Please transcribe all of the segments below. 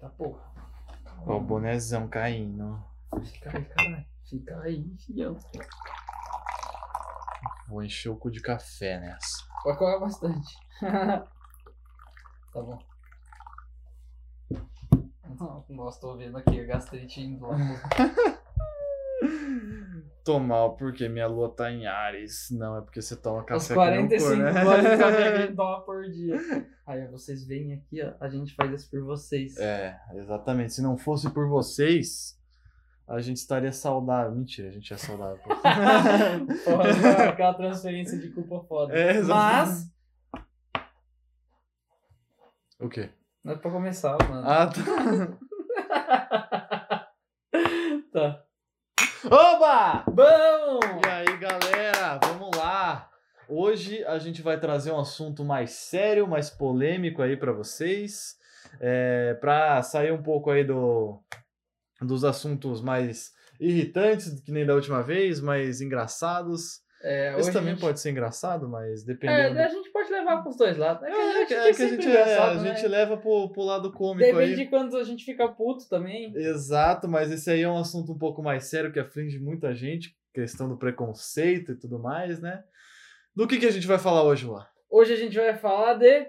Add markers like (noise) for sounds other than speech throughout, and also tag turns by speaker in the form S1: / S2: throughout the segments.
S1: Tá porra.
S2: Ó, o bonezão caindo.
S1: Fica aí, caralho. Fica aí, filhão.
S2: Vou encher o cu de café nessa.
S1: Pode comer bastante. (laughs) tá bom.
S2: Hum.
S1: Nossa, tô vendo aqui a gastrite indo lá.
S2: Tô mal porque minha lua tá em Ares. Não, é porque você toma
S1: Os
S2: café com
S1: 45
S2: né?
S1: horas de
S2: (laughs)
S1: café que dó por dia. Aí vocês vêm aqui, ó, a gente faz isso por vocês.
S2: É, exatamente. Se não fosse por vocês, a gente estaria saudável. Mentira, a gente
S1: (laughs)
S2: é saudável.
S1: Porra, não, tá aquela transferência de culpa foda.
S2: É, exatamente.
S1: Mas,
S2: O quê?
S1: não é pra começar, mano.
S2: Ah, tá.
S1: (laughs) Tá.
S2: Oba!
S1: Bom!
S2: E aí, galera, vamos lá. Hoje a gente vai trazer um assunto mais sério, mais polêmico aí pra vocês, é, para sair um pouco aí do, dos assuntos mais irritantes, que nem da última vez, mais engraçados.
S1: É, hoje
S2: Esse
S1: a
S2: também
S1: gente-
S2: pode ser engraçado, mas
S1: É,
S2: dependendo.
S1: a gente pode levar pros dois lados. É que a gente,
S2: é
S1: tem
S2: que a
S1: sempre
S2: gente, é, a
S1: engraçado, né?
S2: gente leva pro, pro lado cômico
S1: Depende
S2: aí.
S1: de quando a gente fica puto também.
S2: Exato, mas esse aí é um assunto um pouco mais sério que aflige muita gente, questão do preconceito e tudo mais, né? Do que, que a gente vai falar hoje, Luan?
S1: Hoje a gente vai falar de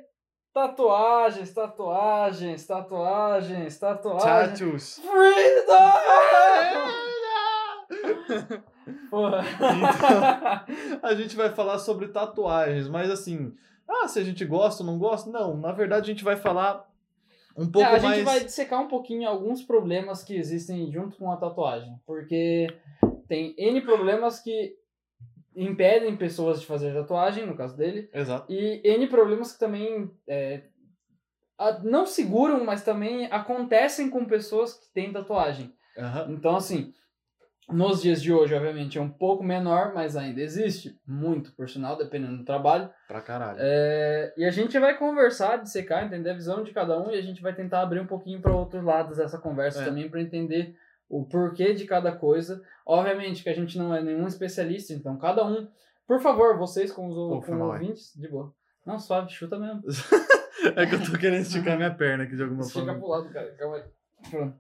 S1: tatuagens, tatuagens, tatuagens, tatuagens.
S2: Tattoos.
S1: Freedom! (laughs) Porra.
S2: A gente vai falar sobre tatuagens, mas assim, ah, se a gente gosta ou não gosta, não. Na verdade, a gente vai falar um pouco
S1: É, a gente
S2: mais.
S1: vai dissecar um pouquinho alguns problemas que existem junto com a tatuagem, porque tem N problemas que impedem pessoas de fazer tatuagem, no caso dele,
S2: Exato.
S1: E N problemas que também é, a- não seguram, mas também acontecem com pessoas que têm tatuagem.
S2: Aham.
S1: Então, assim, nos dias de hoje, obviamente, é um pouco menor, mas ainda existe. Muito, por sinal, dependendo do trabalho.
S2: Pra caralho.
S1: É, e a gente vai conversar, dissecar, entender a visão de cada um e a gente vai tentar abrir um pouquinho para outros lados dessa conversa
S2: É.
S1: também, para entender o porquê de cada coisa. Obviamente que a gente não é nenhum especialista, então cada um. Por favor, vocês com os
S2: Pô, foi
S1: com
S2: mal, hein?
S1: ouvintes, de boa. Não, suave, chuta mesmo.
S2: (laughs) É que eu tô (laughs) querendo esticar minha perna aqui de alguma
S1: Estica
S2: forma.
S1: pro lado, cara. Calma aí. Pronto.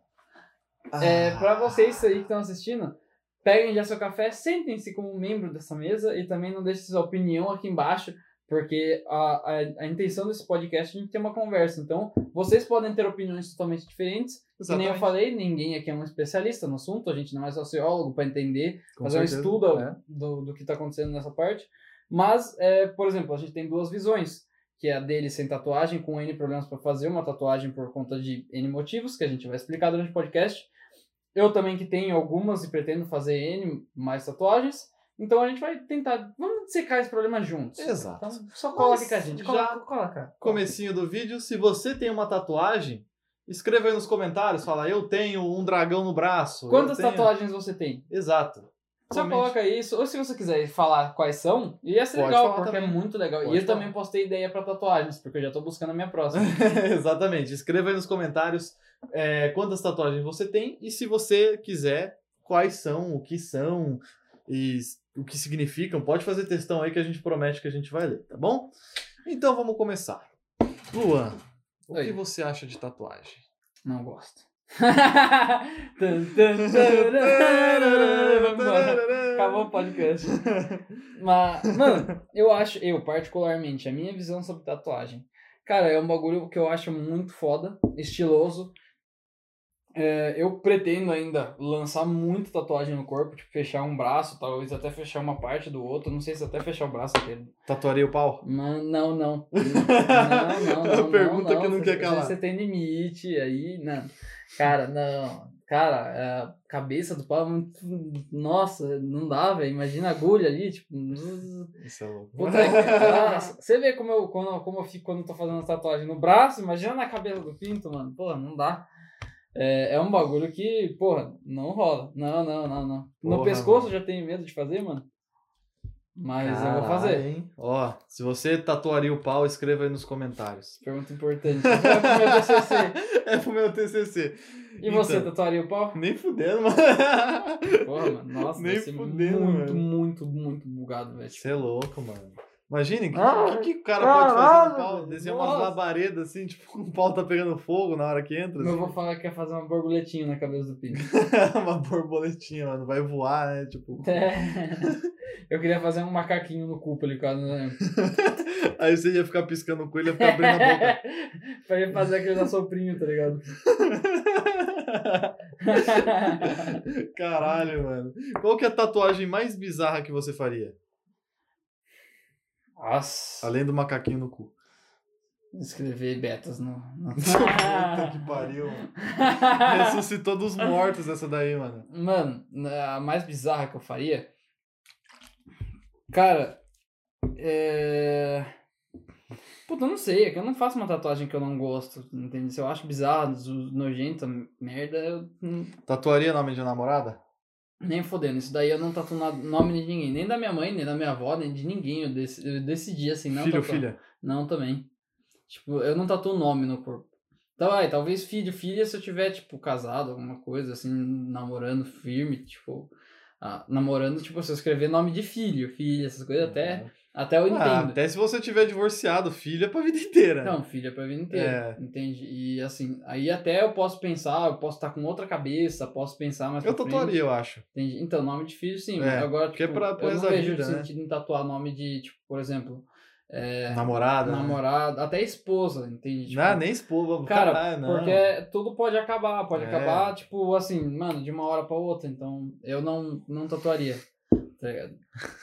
S1: É,
S2: Ah.
S1: pra vocês aí que estão assistindo, peguem já seu café, sentem-se como membro dessa mesa e também não deixem sua opinião aqui embaixo, porque a, a, a intenção desse podcast é a gente ter uma conversa. Então, vocês podem ter opiniões totalmente diferentes. Que nem eu
S2: Exatamente.
S1: falei, ninguém aqui é um especialista no assunto, a gente não é sociólogo para entender
S2: Com
S1: fazer um
S2: certeza,
S1: estudo
S2: né?
S1: do, do que está acontecendo nessa parte. Mas, é, por exemplo, a gente tem duas visões, que é a dele sem tatuagem, com N problemas para fazer uma tatuagem por conta de N motivos, que a gente vai explicar durante o podcast. Eu também que tenho algumas e pretendo fazer N mais tatuagens. Então a gente vai tentar, vamos secar esse problema juntos.
S2: Exato.
S1: Então só cola
S2: Mas
S1: aqui com a gente,
S2: já
S1: cola, cola, cola cá.
S2: comecinho do vídeo. Se você tem uma tatuagem, escreva aí nos comentários, fala, eu tenho um dragão no braço. eu
S1: Quantas
S2: tenho-"
S1: tatuagens você tem?
S2: Exato. (laughs)
S1: Só
S2: Comente.
S1: coloca isso, ou se você quiser falar quais são, ia ser
S2: Pode
S1: legal,
S2: falar
S1: porque
S2: também.
S1: é muito legal.
S2: Pode
S1: e eu
S2: falar.
S1: também postei ideia pra tatuagens, porque eu já tô buscando a minha
S2: (laughs)
S1: próxima.
S2: Exatamente. Escreva aí nos comentários é, quantas tatuagens você tem e se você quiser, quais são, o que são e s- o que significam. Pode fazer textão aí que a gente promete que a gente vai ler, tá bom? Então vamos começar. Luan, o
S1: Oi.
S2: que você acha
S1: (laughs)
S2: de tatuagem?
S1: Não gosto. (laughs) Tan, tan,
S2: (laughs)
S1: tararara, vambora. Acabou o podcast. Mas, mano, eu acho, eu particularmente, a minha visão sobre tatuagem. Cara, é um bagulho que eu acho muito foda, estiloso. É, eu pretendo ainda lançar muito tatuagem no corpo, tipo, fechar um braço, talvez até fechar uma parte do outro. Não sei se até fechar o braço inteiro.
S2: Tatuarei o pau?
S1: Mas não, não. Não,
S2: (laughs)
S1: não,
S2: É a
S1: não.
S2: pergunta
S1: não,
S2: que não
S1: você-
S2: quer calar.
S1: Você tem limite aí, não. Cara, não. Cara, a cabeça do pau é muito. Nossa, não dá, velho. Imagina a agulha ali, tipo.
S2: (laughs)
S1: zzz.
S2: Isso é louco.
S1: Puta que- Nossa, Você vê como eu, quando, como eu fico quando eu tô fazendo tatuagem no braço, imagina na cabeça do pinto, mano. Porra, não dá. É, é um bagulho que, porra, não rola. Não, não, não, não. No
S2: Porra,
S1: pescoço eu já tenho medo de fazer, mano. Mas eu vou fazer.
S2: Caralho, hein? Ó, se você tatuaria o pau, escreva aí
S1: (laughs)
S2: nos comentários.
S1: Pergunta importante. é Vai pro meu TCC.
S2: (laughs) É pro meu TCC.
S1: assim, E você,
S2: Então.
S1: tatuaria o pau?
S2: Nem fudendo, (laughs) mano.
S1: Porra, mano. Nossa,
S2: Nem
S1: deve ser
S2: fudendo,
S1: muito,
S2: mano.
S1: muito, muito bugado, velho. Tipo,
S2: Você é louco, mano. Imagine, o que,
S1: Ah,
S2: que, que o cara pode fazer
S1: caralho,
S2: no pau?
S1: velho,
S2: Desenhar
S1: nossa.
S2: umas labaredas assim, tipo, o pau tá pegando fogo na hora que entra.
S1: Meu
S2: Assim.
S1: avô fala que quer fazer uma borboletinha na cabeça do Pini.
S2: (laughs) Uma borboletinha, mano, vai voar, né? Tipo.
S1: (laughs) É. Eu queria fazer um macaquinho no cu pra ele quase né?
S2: Aí você ia ficar piscando o coelho e ia ficar abrindo a
S1: (laughs)
S2: boca.
S1: pra ele fazer aquele assoprinho, tá
S2: (laughs)
S1: ligado?
S2: Caralho, mano. Qual que é a tatuagem mais bizarra que você faria?
S1: Nossa.
S2: Além do macaquinho no cu. (laughs)
S1: Escrever betas no. no-
S2: Puta que
S1: (laughs)
S2: pariu, mano. Ressuscitou dos mortos essa daí, mano.
S1: Mano, a mais bizarra que eu faria. Cara. É. Puta, eu não sei, é que eu não faço uma tatuagem que eu não gosto, entende? Se eu acho bizarro, zo- nojenta, merda, eu não-
S2: Tatuaria nome de namorada?
S1: nem fodendo. Isso daí eu não tatuo na- nome de ninguém, nem da minha mãe, nem da minha avó, nem de ninguém. Eu, dec- eu decidi assim, não
S2: filho,
S1: tatuar.
S2: filha.
S1: Não, também. Tipo, eu não tatuo nome no corpo. Então, aí, talvez filho, filha, se eu tiver, tipo, casado, alguma coisa, assim, namorando firme, tipo. ah, namorando, tipo, se eu escrever nome de filho, filha, essas coisas, até, até eu entendo.
S2: Uhum. Ah, até se você tiver divorciado, filha é pra vida inteira. É.
S1: Não, filha é pra vida inteira. Entende? E assim, aí até eu posso pensar, eu posso estar com outra cabeça, posso pensar mais
S2: eu
S1: pra frente,
S2: tatuaria, eu acho.
S1: Entende? Então, nome de filho, sim.
S2: É,
S1: mas agora,
S2: porque
S1: tipo,
S2: pra- pro
S1: eu
S2: resto
S1: não
S2: da
S1: vejo
S2: vida, né?
S1: sentido em tatuar nome de, tipo, por exemplo, é,
S2: Namorada. né? Ah,
S1: namorado, até esposa, entende? Tipo,
S2: Não, é nem expor,
S1: Cara,
S2: caralho, não.
S1: Porque é tudo pode acabar, pode
S2: É.
S1: acabar, tipo, assim, mano, de uma hora pra outra, então eu não, não tatuaria. Tá ligado?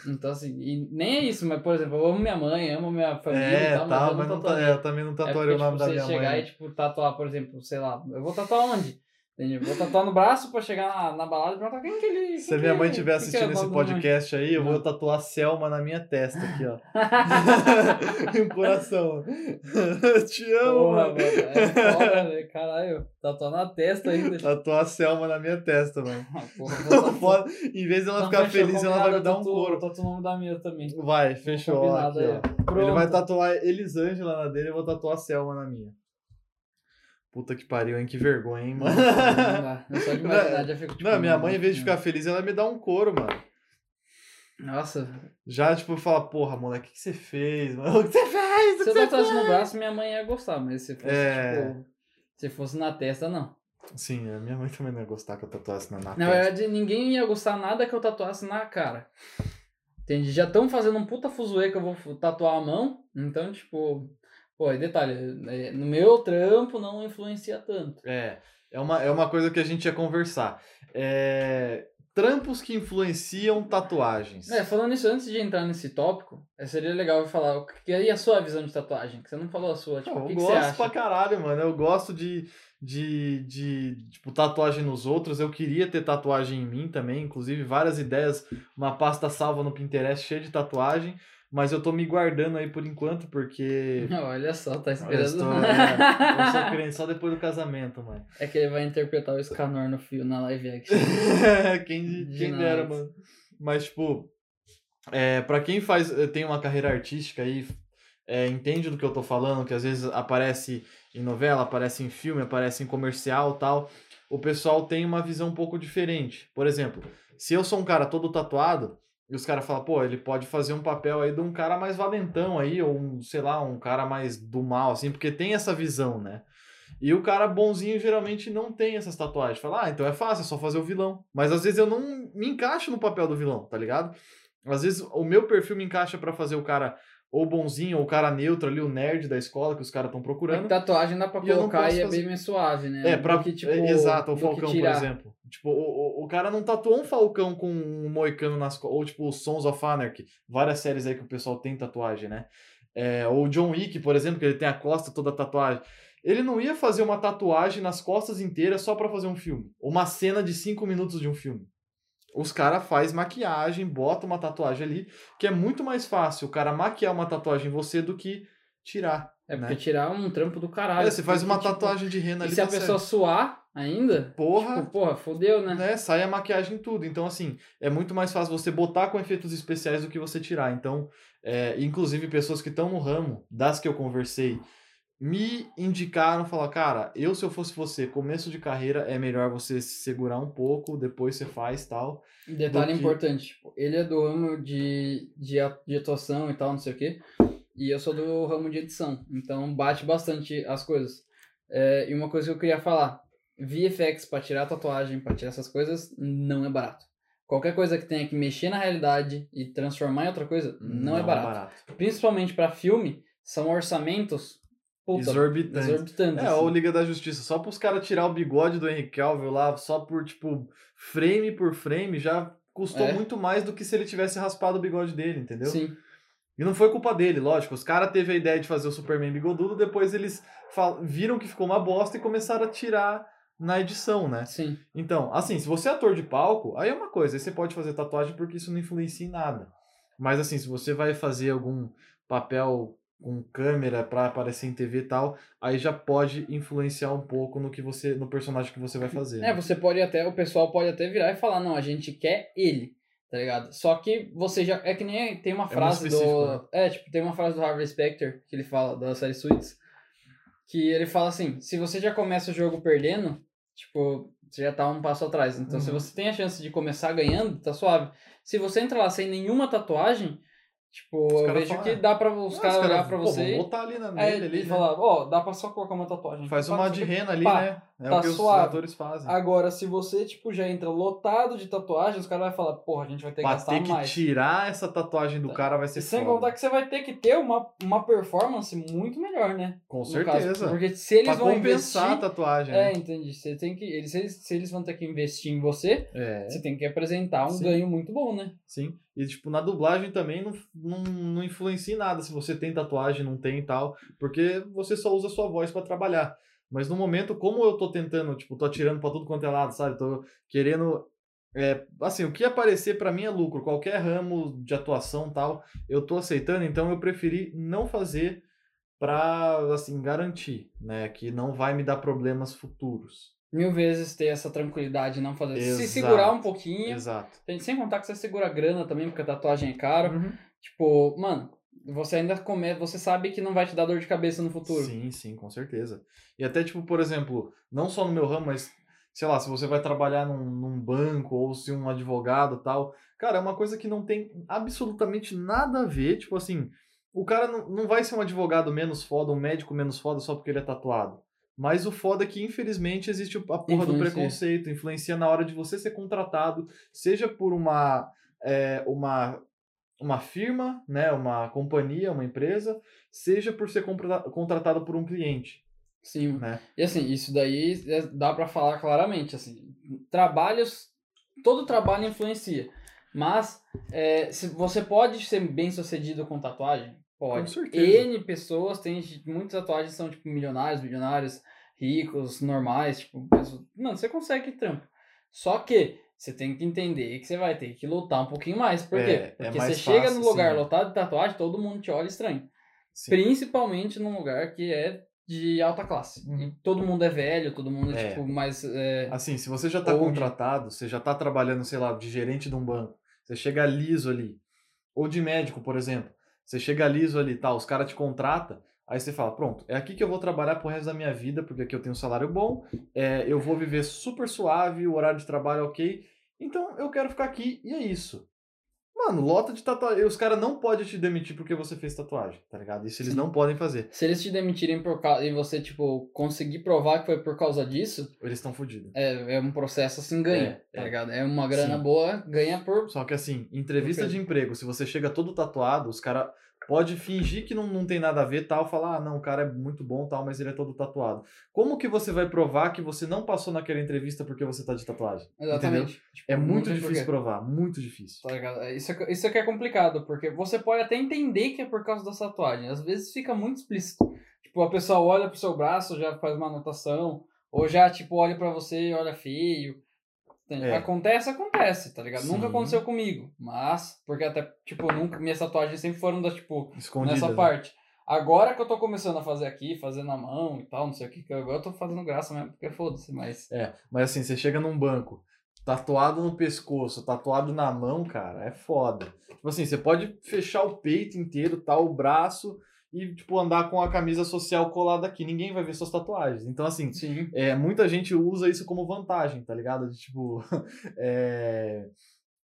S1: Então, assim, e nem é isso, mas, por exemplo, eu amo minha mãe, amo minha família
S2: É,
S1: e tal,
S2: tá,
S1: mas eu
S2: mas
S1: não
S2: não ta-
S1: tatuaria.
S2: é, eu também não tatuaria
S1: É
S2: o
S1: porque,
S2: nome
S1: tipo,
S2: da minha
S1: você chegar
S2: mãe.
S1: e, tipo, tatuar, por exemplo, sei lá, eu vou tatuar onde? Entendeu? Vou tatuar no braço pra chegar na, na balada e perguntar quem que ele.
S2: Se
S1: quem
S2: a minha
S1: que-
S2: mãe
S1: quem
S2: estiver
S1: que é
S2: assistindo
S1: o
S2: esse
S1: nome da minha mãe?
S2: podcast aí, eu vou
S1: Não.
S2: tatuar Selma na minha testa aqui, ó.
S1: (laughs)
S2: (laughs) e um coração. Te amo,
S1: Porra,
S2: mano.
S1: mano, é foda, velho. Caralho, tatuar na testa ainda. Ah,
S2: (laughs) Tatuar a Selma na minha testa, mano.
S1: Porra, vou
S2: Não
S1: tatuar-
S2: pode- Em vez dela
S1: Então,
S2: ficar
S1: fechou,
S2: feliz, ela vai me
S1: combinado,
S2: dar um
S1: eu tatuo-
S2: couro.
S1: Eu tatuo o nome da minha também.
S2: Vai, fechou. ó,
S1: Combinado
S2: aqui,
S1: aí.
S2: ó.
S1: Pronto.
S2: Ele vai tá- tatuar Elisângela na dele e eu vou tatuar a Selma na minha. Puta que pariu, hein? Que vergonha, hein, mano.
S1: Não dá. Eu
S2: (laughs)
S1: só de imaginar já fico (laughs) tipo.
S2: Não, é, minha mãe, em vez de
S1: não.
S2: ficar feliz, ela me dá um couro, mano.
S1: Nossa,
S2: Já, tipo, fala, porra, moleque, o que que você fez, mano? (laughs) O que você fez?
S1: se
S2: O que
S1: eu
S2: você tá
S1: tatuasse no braço, minha mãe ia gostar, mas se fosse,
S2: É.
S1: tipo. Se fosse na testa, não.
S2: fez?" Sim, a minha mãe também não ia gostar que eu tatuasse na, na
S1: Na
S2: testa.
S1: verdade, ninguém ia gostar nada que eu tatuasse na cara. Entende? Já estão fazendo um puta fuzuê que eu vou fu- tatuar a mão. Então, tipo. Pô, e detalhe, eh, no meu trampo não influencia tanto.
S2: É, é uma, é uma coisa que a gente ia conversar. É, Trampos que influenciam tatuagens.
S1: É, falando isso, antes de entrar nesse tópico, eh, seria legal eu falar o que e a sua visão de tatuagem, que você não falou a sua, tipo, o
S2: Não, eu
S1: que, que você
S2: gosto
S1: acha?
S2: pra caralho, mano. Eu gosto de, de, de tipo, tatuagem nos outros. Eu queria ter tatuagem em mim também. Inclusive, várias ideias. Uma pasta salva no Pinterest cheia de tatuagem. Mas eu tô me guardando aí por enquanto,
S1: (laughs)
S2: porque.
S1: Olha só, tá
S2: Eu,
S1: esperando.
S2: estou, é,
S1: (laughs)
S2: eu sou crente só depois do casamento, mano.
S1: É que ele vai interpretar o Scanor no fio na live
S2: (laughs)
S1: action.
S2: quem
S1: De
S2: quem
S1: nada.
S2: dera, mano. Mas, tipo, é, para quem faz tem uma carreira artística aí, é, entende do que eu tô falando, que às vezes aparece em novela, aparece em filme, aparece em comercial tal. O pessoal tem uma visão um pouco diferente. Por exemplo, se eu sou um cara todo tatuado, e os caras falam, pô, ele pode fazer um papel aí de um cara mais valentão aí, ou um, sei lá, um cara mais do mal, assim, porque tem essa visão, né? E o cara bonzinho geralmente não tem essas tatuagens. Fala, ah, então é fácil, é só fazer o vilão. Mas às vezes eu não me encaixo no papel do vilão, tá ligado? Às vezes o meu perfil me encaixa pra fazer o cara ou bonzinho, ou o cara neutro ali, o nerd da escola que os caras estão
S1: É que
S2: procurando.
S1: tatuagem dá pra
S2: E eu não
S1: colocar
S2: posso
S1: e é
S2: fazer.
S1: bem mais suave, né?
S2: É, pra.
S1: Do que, tipo,
S2: é, exato, o
S1: do que
S2: Falcão, por
S1: tirar.
S2: exemplo. Tipo, o, o, o cara não tatuou um Falcão com um moicano nas costas. Ou, tipo, o Sons of Anarchy. Várias séries aí que o pessoal tem tatuagem, né? É, ou o John Wick, por exemplo, que ele tem a costa toda tatuagem. Ele não ia fazer uma tatuagem nas costas inteiras só pra fazer um filme. Uma cena de cinco minutos de um filme. Os caras faz maquiagem, bota uma tatuagem ali, que é muito mais fácil o cara maquiar uma tatuagem em você do que tirar.
S1: É porque
S2: né?
S1: tirar é um trampo do caralho.
S2: É, você faz
S1: Porque,
S2: uma
S1: tipo,
S2: tatuagem de rena
S1: E
S2: ali.
S1: se a
S2: tá
S1: pessoa
S2: certo. Ah.
S1: suar ainda,
S2: Porra,
S1: tipo, porra, fodeu, né?
S2: né, sai a maquiagem e tudo. Então, assim, é muito mais fácil você botar com efeitos especiais do que você tirar. Então, é, inclusive, pessoas que estão no ramo, das que eu conversei, me indicaram, falaram, cara, eu se eu fosse você, começo de carreira, é melhor você se segurar um pouco, depois você faz tal.
S1: Detalhe
S2: Do que-
S1: importante, tipo, ele é do ramo de, de, a- de atuação e tal, não sei o quê. E eu sou do ramo de edição, então bate bastante as coisas. É, e uma coisa que eu queria falar: VFX pra tirar tatuagem, pra tirar essas coisas, não é barato. Qualquer coisa que tenha que mexer na realidade e transformar em outra coisa, não, é, barato. Principalmente pra filme, são orçamentos puta, assim.
S2: Exorbitante.
S1: exorbitantes.
S2: É, ou Liga da Justiça, só pros caras tirar o bigode do Henry Cavill lá, só por, tipo, frame por frame, já custou
S1: É.
S2: muito mais do que se ele tivesse raspado o bigode dele, entendeu?
S1: Sim,
S2: E não foi culpa dele, lógico. Os caras teve a ideia de fazer o Superman bigodudo, depois eles fal- viram que ficou uma bosta e começaram a tirar na edição, né?
S1: sim.
S2: Então, assim, se você é ator de palco, aí é uma coisa, aí você pode fazer tatuagem porque isso não influencia em nada. Mas assim, se você vai fazer algum papel com câmera pra aparecer em TV e tal, aí já pode influenciar um pouco no que você, no personagem que você vai fazer.
S1: É,
S2: né?
S1: você pode até, o pessoal pode até virar e falar, não, a gente quer ele, tá ligado? Só que você já, é que nem tem uma
S2: muito
S1: frase
S2: específico,
S1: do,
S2: né?
S1: é, tipo, tem uma frase do Harvey Specter, que ele fala, da série Suits, que ele fala assim, se você já começa o jogo perdendo, tipo, você já tá um passo atrás, então se
S2: Uhum.
S1: você tem a chance de começar ganhando, tá suave. Se você entrar lá sem nenhuma tatuagem, tipo, eu
S2: caras
S1: vejo
S2: falam,
S1: que
S2: "Ah,
S1: dá pra os
S2: Ah,
S1: caras
S2: os
S1: olhar pra
S2: pô,
S1: você
S2: vamos
S1: e-
S2: botar ali na
S1: é,
S2: nele, ali,
S1: e
S2: né?
S1: falar, ó, dá pra só colocar uma tatuagem.
S2: Faz
S1: Pá,
S2: uma
S1: não
S2: de
S1: sei o quê.
S2: rena ali,
S1: Pá,
S2: né? É
S1: tá
S2: o que os
S1: suave.
S2: atores fazem.
S1: Agora, se você, tipo, já entra lotado de tatuagem, os caras vão falar, porra, a gente vai ter que
S2: Pra
S1: gastar
S2: ter que
S1: mais. Tá.
S2: tirar essa tatuagem do cara vai ser
S1: E sem
S2: foda.
S1: contar que você vai ter que ter uma, uma performance muito melhor, né?
S2: Com
S1: No
S2: certeza.
S1: caso, porque se eles
S2: pra
S1: vão
S2: compensar
S1: investir...
S2: a tatuagem.
S1: É,
S2: né?
S1: entendi. Você tem que, eles, se eles- se eles vão ter que investir em você,
S2: É.
S1: você tem que apresentar um
S2: Sim.
S1: ganho muito bom, né?
S2: Sim. E, tipo, na dublagem também não, não, não influencia em nada se você tem tatuagem, não tem e tal, porque você só usa a sua voz pra trabalhar. Mas no momento, como eu tô tentando, tipo, tô atirando pra tudo quanto é lado, sabe? Tô querendo. É, assim, o que aparecer pra mim é lucro, qualquer ramo de atuação tal, eu tô aceitando, então eu preferi não fazer pra, assim, garantir, né? Que não vai me dar problemas futuros.
S1: Mil vezes ter essa tranquilidade e não fazer. Se
S2: Exato.
S1: segurar um pouquinho.
S2: Exato.
S1: Tem- Sem contar que você segura a grana também, porque a tatuagem é cara.
S2: Uhum.
S1: Tipo, mano, você ainda come... Você sabe que não vai te dar dor de cabeça no futuro.
S2: Sim, sim, com certeza. E até, tipo, por exemplo, não só no meu ramo, mas, sei lá, se você vai trabalhar num, num banco ou se um advogado tal, cara, é uma coisa que não tem absolutamente nada a ver. Tipo assim, o cara não, não vai ser um advogado menos foda, um médico menos foda só porque ele é tatuado. Mas o foda é que, infelizmente, existe a porra do
S1: Influencia.
S2: preconceito, influencia na hora de você ser contratado, seja por uma, é, uma, uma firma, né, uma companhia, uma empresa, seja por ser compra- contratado por um cliente.
S1: Sim,
S2: Né?
S1: E assim, isso daí é- dá pra falar claramente, assim, trabalhos, todo trabalho influencia, mas é, se você pode ser bem sucedido com tatuagem? Pode.
S2: Com certeza.
S1: N pessoas têm, muitas tatuagens são, tipo, milionários, bilionários, ricos, normais, tipo, pessoas- mano, você consegue trampo. Só que você tem que entender que você vai ter que lutar um pouquinho mais, por
S2: É,
S1: quê?
S2: é
S1: Porque
S2: mais
S1: você chega
S2: fácil,
S1: no lugar
S2: sim.
S1: lotado de tatuagem, todo mundo te olha estranho.
S2: Sim.
S1: Principalmente num lugar que é de alta classe.
S2: Uhum.
S1: E todo mundo é velho, todo mundo é,
S2: É.
S1: tipo mais. é,
S2: Assim, se você já está
S1: Ou de-
S2: contratado, você já está trabalhando, sei lá, de gerente de um banco, você chega liso ali, ou de médico, por exemplo, você chega liso ali, tá, os caras te contratam, aí você fala, pronto, é aqui que eu vou trabalhar pro resto da minha vida, porque aqui eu tenho um salário bom, é, eu vou viver super suave, o horário de trabalho é ok, então eu quero ficar aqui, e é isso. Mano, lota de tatuagem, os caras não podem te demitir porque você fez tatuagem, tá ligado? Isso eles
S1: Sim.
S2: não podem fazer,
S1: Se eles te demitirem por causa. E você, tipo, conseguir provar que foi por causa disso,
S2: eles estão fodidos.
S1: é, é um processo assim ganha,
S2: É,
S1: tá
S2: é.
S1: ligado? É uma grana
S2: Sim.
S1: boa, ganha por.
S2: Só que assim, entrevista
S1: Ok.
S2: de emprego, se você chega todo tatuado, os caras pode fingir que não, não tem nada a ver tal, falar, ah, não, o cara é muito bom tal, mas ele é todo tatuado. Como que você vai provar que você não passou naquela entrevista porque você tá de tatuagem? Entendeu?
S1: Exatamente. Tipo,
S2: É
S1: não
S2: muito
S1: tem porquê,
S2: difícil provar, muito difícil.
S1: Tá ligado? É, Isso, é que- isso é que é complicado, porque você pode até entender que é por causa da tatuagem. Às vezes fica muito explícito. Tipo, a pessoa olha pro seu braço, já faz uma anotação, ou já, tipo, olha pra você e olha feio. Entende?
S2: É.
S1: Acontece, acontece, tá ligado? Nunca
S2: Sim.
S1: aconteceu comigo. Mas, porque até, tipo, nunca, minhas tatuagens sempre foram da, tipo,
S2: Escondido. né?
S1: nessa parte. Agora que eu tô começando a fazer aqui, fazer na mão e tal, não sei o que, que agora eu tô fazendo graça mesmo, porque foda-se, mas.
S2: É, mas assim, você chega num banco, tatuado no pescoço, tatuado na mão, cara, é foda. Tipo assim, você pode fechar o peito inteiro, tal, o braço, e, tipo, andar com a camisa social colada aqui. Ninguém vai ver suas tatuagens. Então, assim,
S1: Sim.
S2: é, muita gente usa isso como vantagem, tá ligado? De tipo. (laughs) é,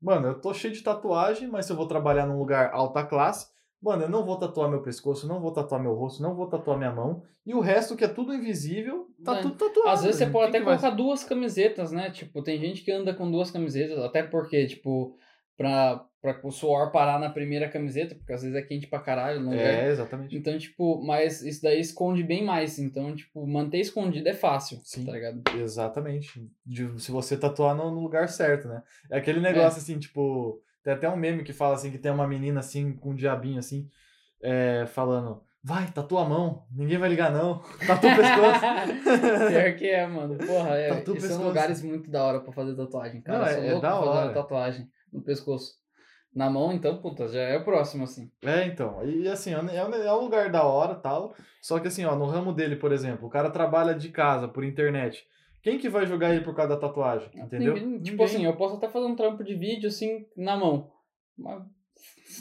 S2: Mano, eu tô cheio de tatuagem, mas se eu vou trabalhar num lugar alta classe, mano, eu não vou tatuar meu pescoço, não vou tatuar meu rosto, não vou tatuar minha mão. E o resto, que é tudo invisível, tá
S1: Mano,
S2: tudo tatuado.
S1: É. Às vezes você
S2: né?
S1: pode até
S2: Quem que vai-
S1: colocar duas camisetas, né? Tipo, tem gente que anda com duas camisetas, até porque, tipo, pra, pra o suor parar na primeira camiseta, porque às vezes é quente pra caralho, não é?
S2: É, exatamente.
S1: Então, tipo, mas isso daí esconde bem mais. Então, tipo, manter escondido é fácil,
S2: Sim.
S1: tá ligado?
S2: Exatamente. De- se você tatuar no, no lugar certo, né? É aquele negócio assim, tipo. Tem até um meme que fala assim que tem uma menina assim com um diabinho assim, é, falando. Vai, tatua a mão, ninguém vai ligar não. (laughs) Tatua
S1: (laughs)
S2: o (laughs) pescoço.
S1: Pior que é, mano. Porra, é,
S2: Tatu
S1: esses são
S2: pescoço.
S1: lugares muito da hora pra fazer tatuagem, cara.
S2: Não,
S1: Eu
S2: é-
S1: sou louco
S2: é da
S1: pra fazer
S2: hora.
S1: tatuagem no pescoço. Na mão, então, puta, já é o próximo, assim.
S2: É, então. E assim, é um- é um, é um lugar da hora tal. Só que assim, ó, no ramo dele, por exemplo, o cara trabalha de casa, por internet. Quem que vai jogar ele por causa da tatuagem? Entendeu?
S1: Ninguém- tipo
S2: Ninguém.
S1: assim, eu posso até fazer um trampo de vídeo, assim, na mão. Mas,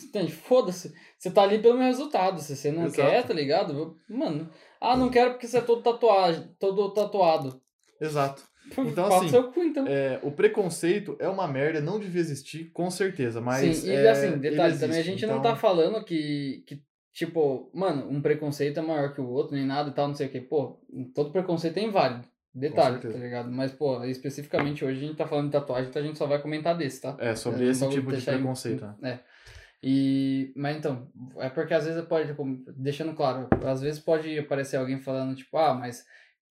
S1: entende? Foda-se. Você tá ali pelo meu resultado. Se você não
S2: Exato.
S1: quer, tá ligado? Mano, ah, não quero porque você é todo tatuagem, todo tatuado. (laughs)
S2: Exato. Então,
S1: Fala
S2: assim,
S1: seu cu, então.
S2: É, o preconceito é uma merda, não devia existir, com certeza, mas.
S1: Sim,
S2: é,
S1: e assim,
S2: ele
S1: detalhe
S2: existe,
S1: também, a gente não
S2: então-
S1: tá falando que, que, tipo, mano, um preconceito é maior que o outro, nem nada e tal, não sei o que. Pô, todo preconceito é inválido. Detalhe, tá
S2: certeza.
S1: ligado? Mas, pô, especificamente hoje a gente tá falando de tatuagem, então a gente só vai comentar desse, tá?
S2: É, sobre
S1: É, não
S2: esse
S1: vamos
S2: tipo de
S1: deixar em-
S2: preconceito, né?
S1: É. E, mas então, é porque às vezes pode, tipo, deixando claro, às vezes pode aparecer alguém falando, tipo, ah, mas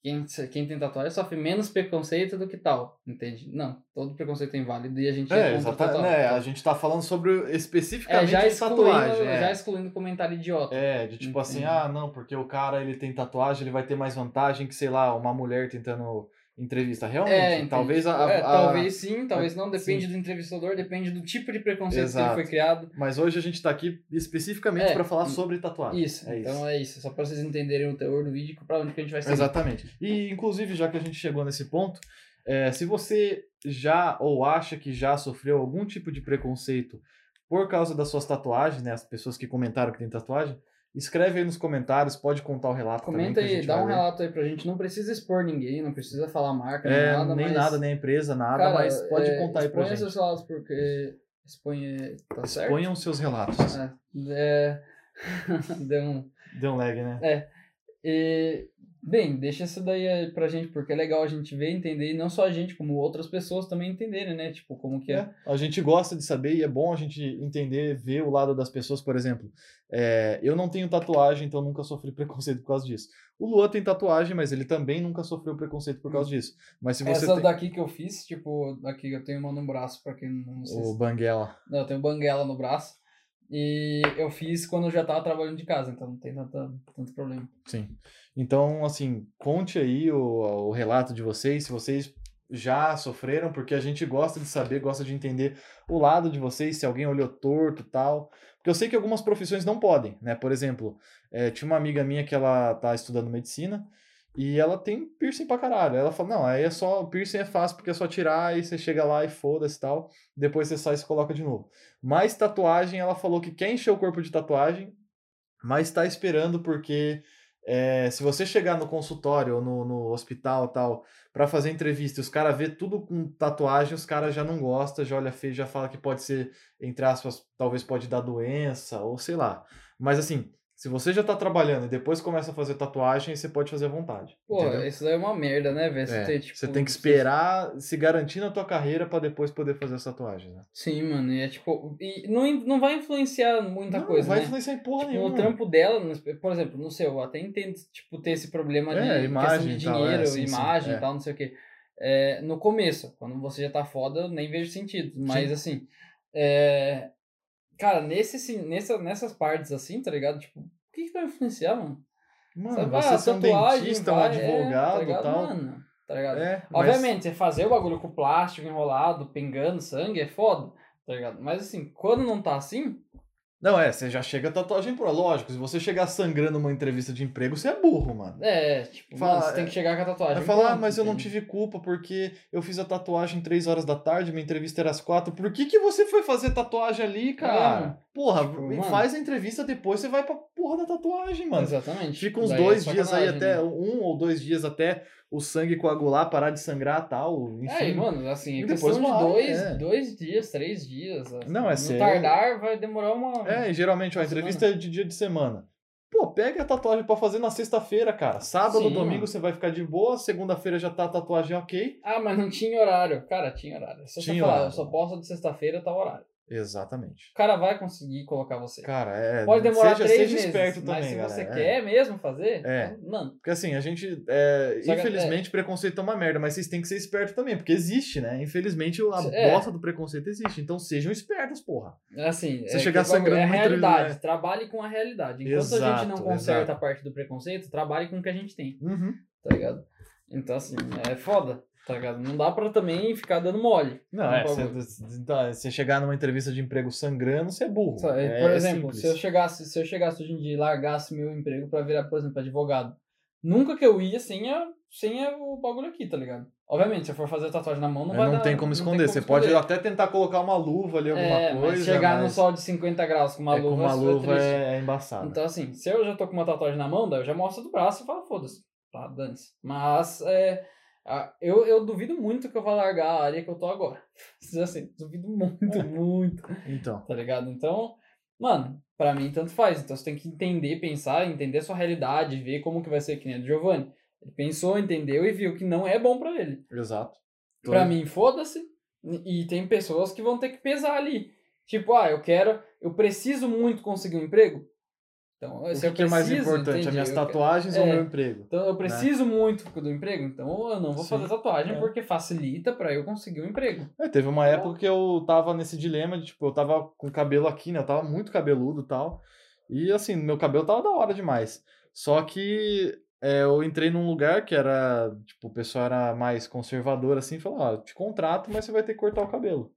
S1: quem, quem tem tatuagem sofre menos preconceito do que tal, entende? Não, todo preconceito é inválido e a gente
S2: É,
S1: contra
S2: exatamente.
S1: total.
S2: Né? A gente tá falando sobre
S1: É,
S2: especificamente
S1: já
S2: de
S1: excluindo,
S2: tatuagem. é.
S1: já excluindo comentário idiota.
S2: É, de tipo assim,
S1: Entendi.
S2: ah, não, porque o cara ele tem tatuagem, ele vai ter mais vantagem que, sei lá, uma mulher tentando entrevista. Realmente,
S1: entendi.
S2: talvez a, a-
S1: É,
S2: a-
S1: talvez sim, talvez não, depende do entrevistador, depende do tipo de preconceito que
S2: Exato.
S1: ele foi criado.
S2: Mas hoje a gente tá aqui especificamente
S1: É,
S2: pra falar
S1: e-
S2: sobre tatuagem.
S1: Isso,
S2: é
S1: então
S2: isso.
S1: é isso. Só pra vocês entenderem o teor do vídeo, pra onde que a gente vai seguir.
S2: Exatamente. E, inclusive, já que a gente chegou nesse ponto, é, se você já ou acha que já sofreu algum tipo de preconceito por causa das suas tatuagens, né? As pessoas que comentaram que tem tatuagem, escreve aí nos comentários, pode contar o relato
S1: Comenta
S2: também, que a
S1: aí,
S2: gente
S1: dá
S2: vai
S1: um
S2: ler.
S1: relato aí pra gente. Não precisa expor ninguém, não precisa falar marca, nem
S2: É,
S1: nada.
S2: nem
S1: mas...
S2: nada, nem a empresa, nada,
S1: Cara,
S2: mas pode
S1: é,
S2: contar aí pra
S1: expõe
S2: gente.
S1: seus relatos, porque... Expõe... Tá certo?
S2: Ponham seus relatos. um-
S1: É... (laughs) Deu um...
S2: Deu um lag, né?
S1: E, bem, deixa isso daí eh, pra gente, porque é legal a gente ver, entender, e não só a gente, como outras pessoas também entenderem, né? Tipo, como que é.
S2: A gente gosta de saber e é bom a gente entender, ver o lado das pessoas, por exemplo. é, eu não tenho tatuagem, então nunca sofri preconceito por causa disso. O Luan tem tatuagem, mas ele também nunca sofreu preconceito por causa disso. Mas se você
S1: Hum. É, Essa
S2: tem.
S1: daqui que eu fiz, tipo, aqui eu tenho uma no braço, pra quem não, não sei
S2: O
S1: se...
S2: Banguela.
S1: Não, eu tenho banguela no braço. E eu fiz quando eu já tava trabalhando de casa, então não tem tanta, tanto problema.
S2: Sim. Então, assim, conte aí o, o relato de vocês, se vocês já sofreram, porque a gente gosta de saber, gosta de entender o lado de vocês, se alguém olhou torto e tal. Porque eu sei que algumas profissões não podem, né? Por exemplo, eh, tinha uma amiga minha que ela tá estudando medicina e ela tem piercing pra caralho. Ela fala, não, aí é só, piercing é fácil porque é só tirar e você chega lá e foda-se e tal. Depois você sai e se coloca de novo. Mas tatuagem, ela falou que quer encher o corpo de tatuagem, mas tá esperando porque é, se você chegar no consultório ou no, no hospital tal, pra fazer entrevista e os caras vê tudo com tatuagem, os caras já não gostam, já olha feio, já fala que pode ser, entre aspas, talvez pode dar doença, ou sei lá. Mas assim, se você já tá trabalhando e depois começa a fazer tatuagem, você pode fazer à vontade.
S1: Pô,
S2: entendeu?
S1: isso daí é uma merda, né, velho?
S2: É,
S1: ter, tipo,
S2: você tem que esperar se garantir na tua carreira pra depois poder fazer essa tatuagem, né?
S1: Sim, mano, e é tipo. E não, in- não vai influenciar muita
S2: não
S1: coisa,
S2: vai
S1: né?
S2: influenciar em porra
S1: Tipo,
S2: nenhuma.
S1: no trampo dela, no- por exemplo, no seu, eu até entendo, tipo, ter esse problema
S2: É,
S1: de questão
S2: imagem
S1: de
S2: e tal, é,
S1: dinheiro,
S2: sim, sim,
S1: imagem
S2: é.
S1: e tal, não sei o quê. É, no começo, quando você já tá foda, eu nem vejo sentido. Mas, assim, é, cara, nesse, sim- nessa, nessas partes, assim, tá ligado? Tipo, o que, que vai influenciar, mano?
S2: Mano,
S1: Sabe,
S2: você
S1: ah,
S2: ser um
S1: tatuagem,
S2: dentista, um
S1: vai, é, tá
S2: advogado
S1: ligado?
S2: tal.
S1: Mano, tá ligado?
S2: É, mas-
S1: Obviamente, você fazer o bagulho com plástico enrolado, pingando sangue, é foda, tá ligado? Mas, assim, quando não tá assim,
S2: Não, é, você já chega tatuagem pro. Lógico, se você chegar sangrando numa entrevista de emprego, você é burro, mano.
S1: É, tipo,
S2: Fala-
S1: mano, você tem que chegar com a tatuagem.
S2: Vai falar, ah,
S1: pronta,
S2: mas eu não
S1: entende?
S2: tive culpa porque eu fiz a tatuagem três horas da tarde, minha entrevista era às quatro. Por que, que você foi fazer tatuagem ali, cara?
S1: É, mano.
S2: Porra,
S1: Tipo,
S2: e
S1: mano.
S2: faz a entrevista depois você vai pra porra da tatuagem, mano.
S1: Exatamente.
S2: Fica uns
S1: Daí é
S2: dois dias aí
S1: sacanagem,
S2: até,
S1: né?
S2: um ou dois dias até o sangue coagular, parar de sangrar tal. Enfim.
S1: É, e, mano, assim,
S2: E
S1: é
S2: depois
S1: questão de
S2: vai,
S1: dois,
S2: é.
S1: dois dias, três dias. assim.
S2: Não, é
S1: No
S2: sério.
S1: tardar vai demorar uma.
S2: É, e geralmente, ó, a
S1: Semana.
S2: entrevista é de dia de semana. Pô, pega a tatuagem pra fazer na sexta-feira, cara. Sábado,
S1: Sim,
S2: domingo
S1: mano.
S2: você vai ficar de boa, segunda-feira já tá a tatuagem ok.
S1: Ah, mas não tinha horário. Cara, tinha horário. Só
S2: Tinha
S1: você falar,
S2: horário.
S1: eu só posso de sexta-feira tal horário.
S2: Exatamente.
S1: O cara vai conseguir colocar você.
S2: Cara, é.
S1: Pode demorar
S2: seja,
S1: três
S2: seja
S1: meses,
S2: esperto
S1: mas
S2: também,
S1: se você
S2: galera, é.
S1: quer mesmo fazer,
S2: É.
S1: então, mano,
S2: Porque assim, a gente. é,
S1: Só que-
S2: infelizmente, preconceito é uma merda, mas vocês têm que ser esperto também, porque existe, né? Infelizmente, a
S1: É.
S2: bosta do preconceito existe. Então sejam espertos, porra.
S1: assim,
S2: Você
S1: é,
S2: chegar
S1: que o bagulho-
S2: sangrando
S1: é a
S2: muito,
S1: realidade.
S2: né?
S1: Trabalhe com a realidade. Enquanto a gente
S2: Exato,
S1: não conserta
S2: exato.
S1: a parte do preconceito, trabalhe com o que a gente tem.
S2: Uhum.
S1: tá ligado? Então, assim, é foda, tá ligado? Não dá pra também ficar dando mole.
S2: Não,
S1: no
S2: é.
S1: bagulho.
S2: Você tá- você chegar numa entrevista de emprego sangrando, você é burro.
S1: Sabe?
S2: É
S1: por exemplo,
S2: simples.
S1: se eu, chegasse, se eu chegasse hoje em dia e largasse meu emprego pra virar, por exemplo, advogado, nunca que eu ia sem, a, sem a- o bagulho aqui, tá ligado? Obviamente, se eu for fazer tatuagem na mão, não
S2: Mas
S1: vai
S2: É, não
S1: dar-
S2: tem como esconder. você pode até tentar colocar uma luva ali, alguma
S1: É,
S2: coisa.
S1: mas chegar
S2: mas
S1: no sol de 50 graus com uma
S2: é, com
S1: luva,
S2: uma
S1: isso é
S2: luva
S1: triste.
S2: é, é embaçado.
S1: Então, assim, se eu já tô com uma tatuagem na mão, daí eu já mostro do braço e falo, foda-se, tá, dane-se. Mas, é, a- eu, eu duvido muito que eu vá largar a área que eu tô agora. (laughs) Assim, duvido muito, muito,
S2: Então.
S1: tá ligado? Então, mano, pra mim tanto faz. Então você tem que entender, pensar, entender a sua realidade, ver como que vai ser, que nem a do Giovanni. Ele pensou, entendeu e viu que não é bom pra ele.
S2: Então, Exato. Então,
S1: Pra mim, foda-se. E tem pessoas que vão ter que pesar ali. Tipo, ah, eu quero, eu preciso muito conseguir um emprego. Então,
S2: o
S1: se
S2: que,
S1: eu
S2: que é mais
S1: preciso,
S2: importante?
S1: entendi,
S2: As minhas
S1: eu quero-
S2: tatuagens ou
S1: é.
S2: meu emprego?
S1: Então, eu preciso muito do emprego, então eu não vou
S2: Sim,
S1: fazer tatuagem
S2: é.
S1: porque facilita pra eu conseguir um emprego.
S2: É, teve uma época que eu tava nesse dilema de, tipo, eu tava com cabelo aqui, né? Eu tava muito cabeludo e tal. E assim, meu cabelo tava da hora demais. Só que é, eu entrei num lugar que era, tipo, o pessoal era mais conservador, assim, e falou, ó, eu te contrato, mas você vai ter que cortar o cabelo.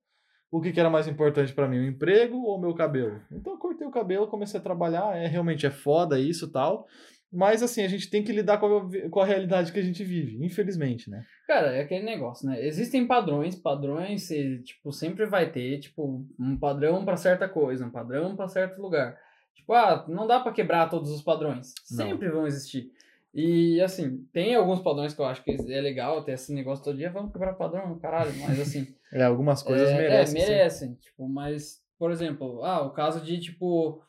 S2: O que, que era mais importante pra mim, o emprego ou o meu cabelo? Então eu cortei o cabelo, comecei a trabalhar, é realmente é foda isso e tal. Mas assim, a gente tem que lidar com a, com a realidade que a gente vive, infelizmente, né?
S1: Cara, é aquele negócio, né? Existem padrões, padrões, eh, tipo, sempre vai ter, tipo, um padrão pra certa coisa, um padrão pra certo lugar. Tipo, ah, não dá pra quebrar todos os padrões.
S2: Não.
S1: Sempre vão existir. E, assim, tem alguns padrões que eu acho que é legal ter esse negócio todo dia, vamos quebrar padrão, caralho, mas assim.
S2: É, algumas coisas
S1: é,
S2: merecem.
S1: É,
S2: sim.
S1: merecem. Tipo, mas, por exemplo, ah, o caso de, tipo,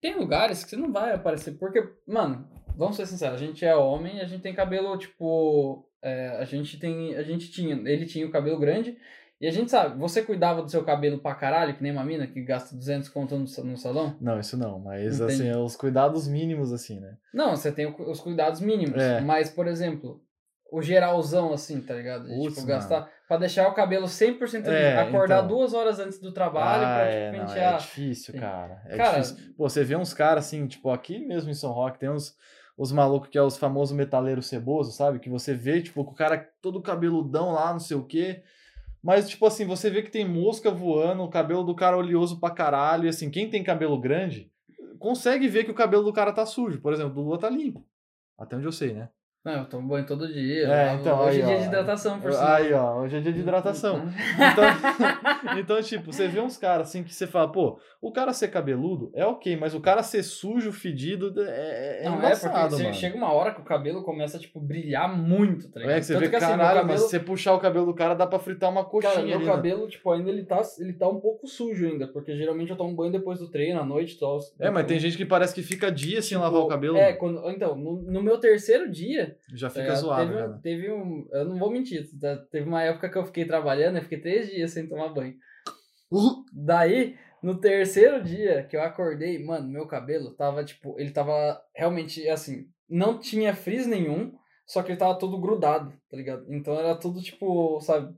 S1: tem lugares que você não vai aparecer. Porque, mano, vamos ser sinceros, a gente é homem e a gente tem cabelo, tipo. é, a gente tem. A gente tinha. Ele tinha o cabelo grande. E a gente sabe, você cuidava do seu cabelo pra caralho, que nem uma mina que gasta 200 conto no, sa- no salão?
S2: Não, isso não, mas
S1: Entendi.
S2: assim, é os cuidados mínimos, assim, né?
S1: Não, você tem o cu- os cuidados mínimos.
S2: É.
S1: Mas, por exemplo, o geralzão, assim, tá ligado? De,
S2: Putz,
S1: tipo,
S2: mano.
S1: gastar. Pra deixar o cabelo 100% limpo.
S2: É,
S1: acordar
S2: então.
S1: duas horas antes do trabalho
S2: ah,
S1: pra, tipo,
S2: é, não,
S1: pentear.
S2: é difícil,
S1: Sim.
S2: cara. É
S1: Cara,
S2: difícil. Pô, você vê uns caras assim, tipo, aqui mesmo em São Roque, tem uns os malucos que é os famosos metaleiros ceboso, sabe? Que você vê, tipo, com o cara todo cabeludão lá, não sei o quê. Mas, tipo assim, você vê que tem mosca voando, o cabelo do cara oleoso pra caralho. E assim, quem tem cabelo grande consegue ver que o cabelo do cara tá sujo. Por exemplo, do Lua tá limpo. Até onde eu sei, né?
S1: Não, eu tomo banho todo dia.
S2: É,
S1: eu lavo-
S2: então,
S1: Hoje
S2: aí,
S1: é dia
S2: ó.
S1: de hidratação, por sinal. Uhum.
S2: Aí, ó, hoje é dia de hidratação. Então, (laughs) então, tipo, você vê uns caras assim que você fala, pô, o cara ser cabeludo é ok, mas o cara ser sujo, fedido, é, é, é
S1: Não, é, porque
S2: embaçado,
S1: você-
S2: mano.
S1: chega uma hora que o cabelo começa a, tipo, brilhar muito, tá ligado?
S2: É que você
S1: Tanto
S2: vê,
S1: que, assim, meu
S2: caralho, mas
S1: cabelo-
S2: se você puxar o cabelo do cara, dá pra fritar uma coxinha
S1: Cara, meu
S2: ali, né?
S1: cabelo, tipo, ainda ele tá, ele tá um pouco sujo ainda, porque geralmente eu tomo banho depois do treino, à noite e tal.
S2: É, mas tem gente que parece que fica dia sem lavar o cabelo,
S1: É,
S2: mano.
S1: quando, então, no, no meu terceiro dia,
S2: já
S1: tá
S2: fica
S1: ligado?
S2: zoado,
S1: teve,
S2: (laughs) cara.
S1: um, teve um. Eu não vou mentir, tá? teve uma época que eu fiquei trabalhando, eu fiquei três dias sem tomar banho. Daí, no terceiro dia que eu acordei, mano, meu cabelo tava, tipo, ele tava realmente assim, não tinha frizz nenhum, só que ele tava todo grudado, tá ligado? Então era tudo, tipo, sabe,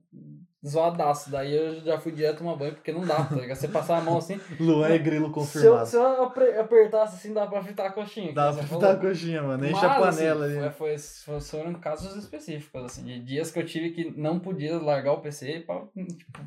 S1: zoadaço. Daí eu já fui direto tomar banho, porque não dá, tá ligado? Você passar a mão
S2: (laughs)
S1: assim.
S2: Luan é grilo
S1: Se eu,
S2: confirmado.
S1: se eu apre- apertasse assim, dá pra fritar a coxinha. que
S2: Dá
S1: você
S2: pra
S1: falou.
S2: fritar a coxinha, mano. Enche a
S1: Mas,
S2: panela
S1: assim,
S2: ali. né?
S1: foi- foi- foi- foram casos específicos, assim, de dias que eu tive que não podia largar o PC pra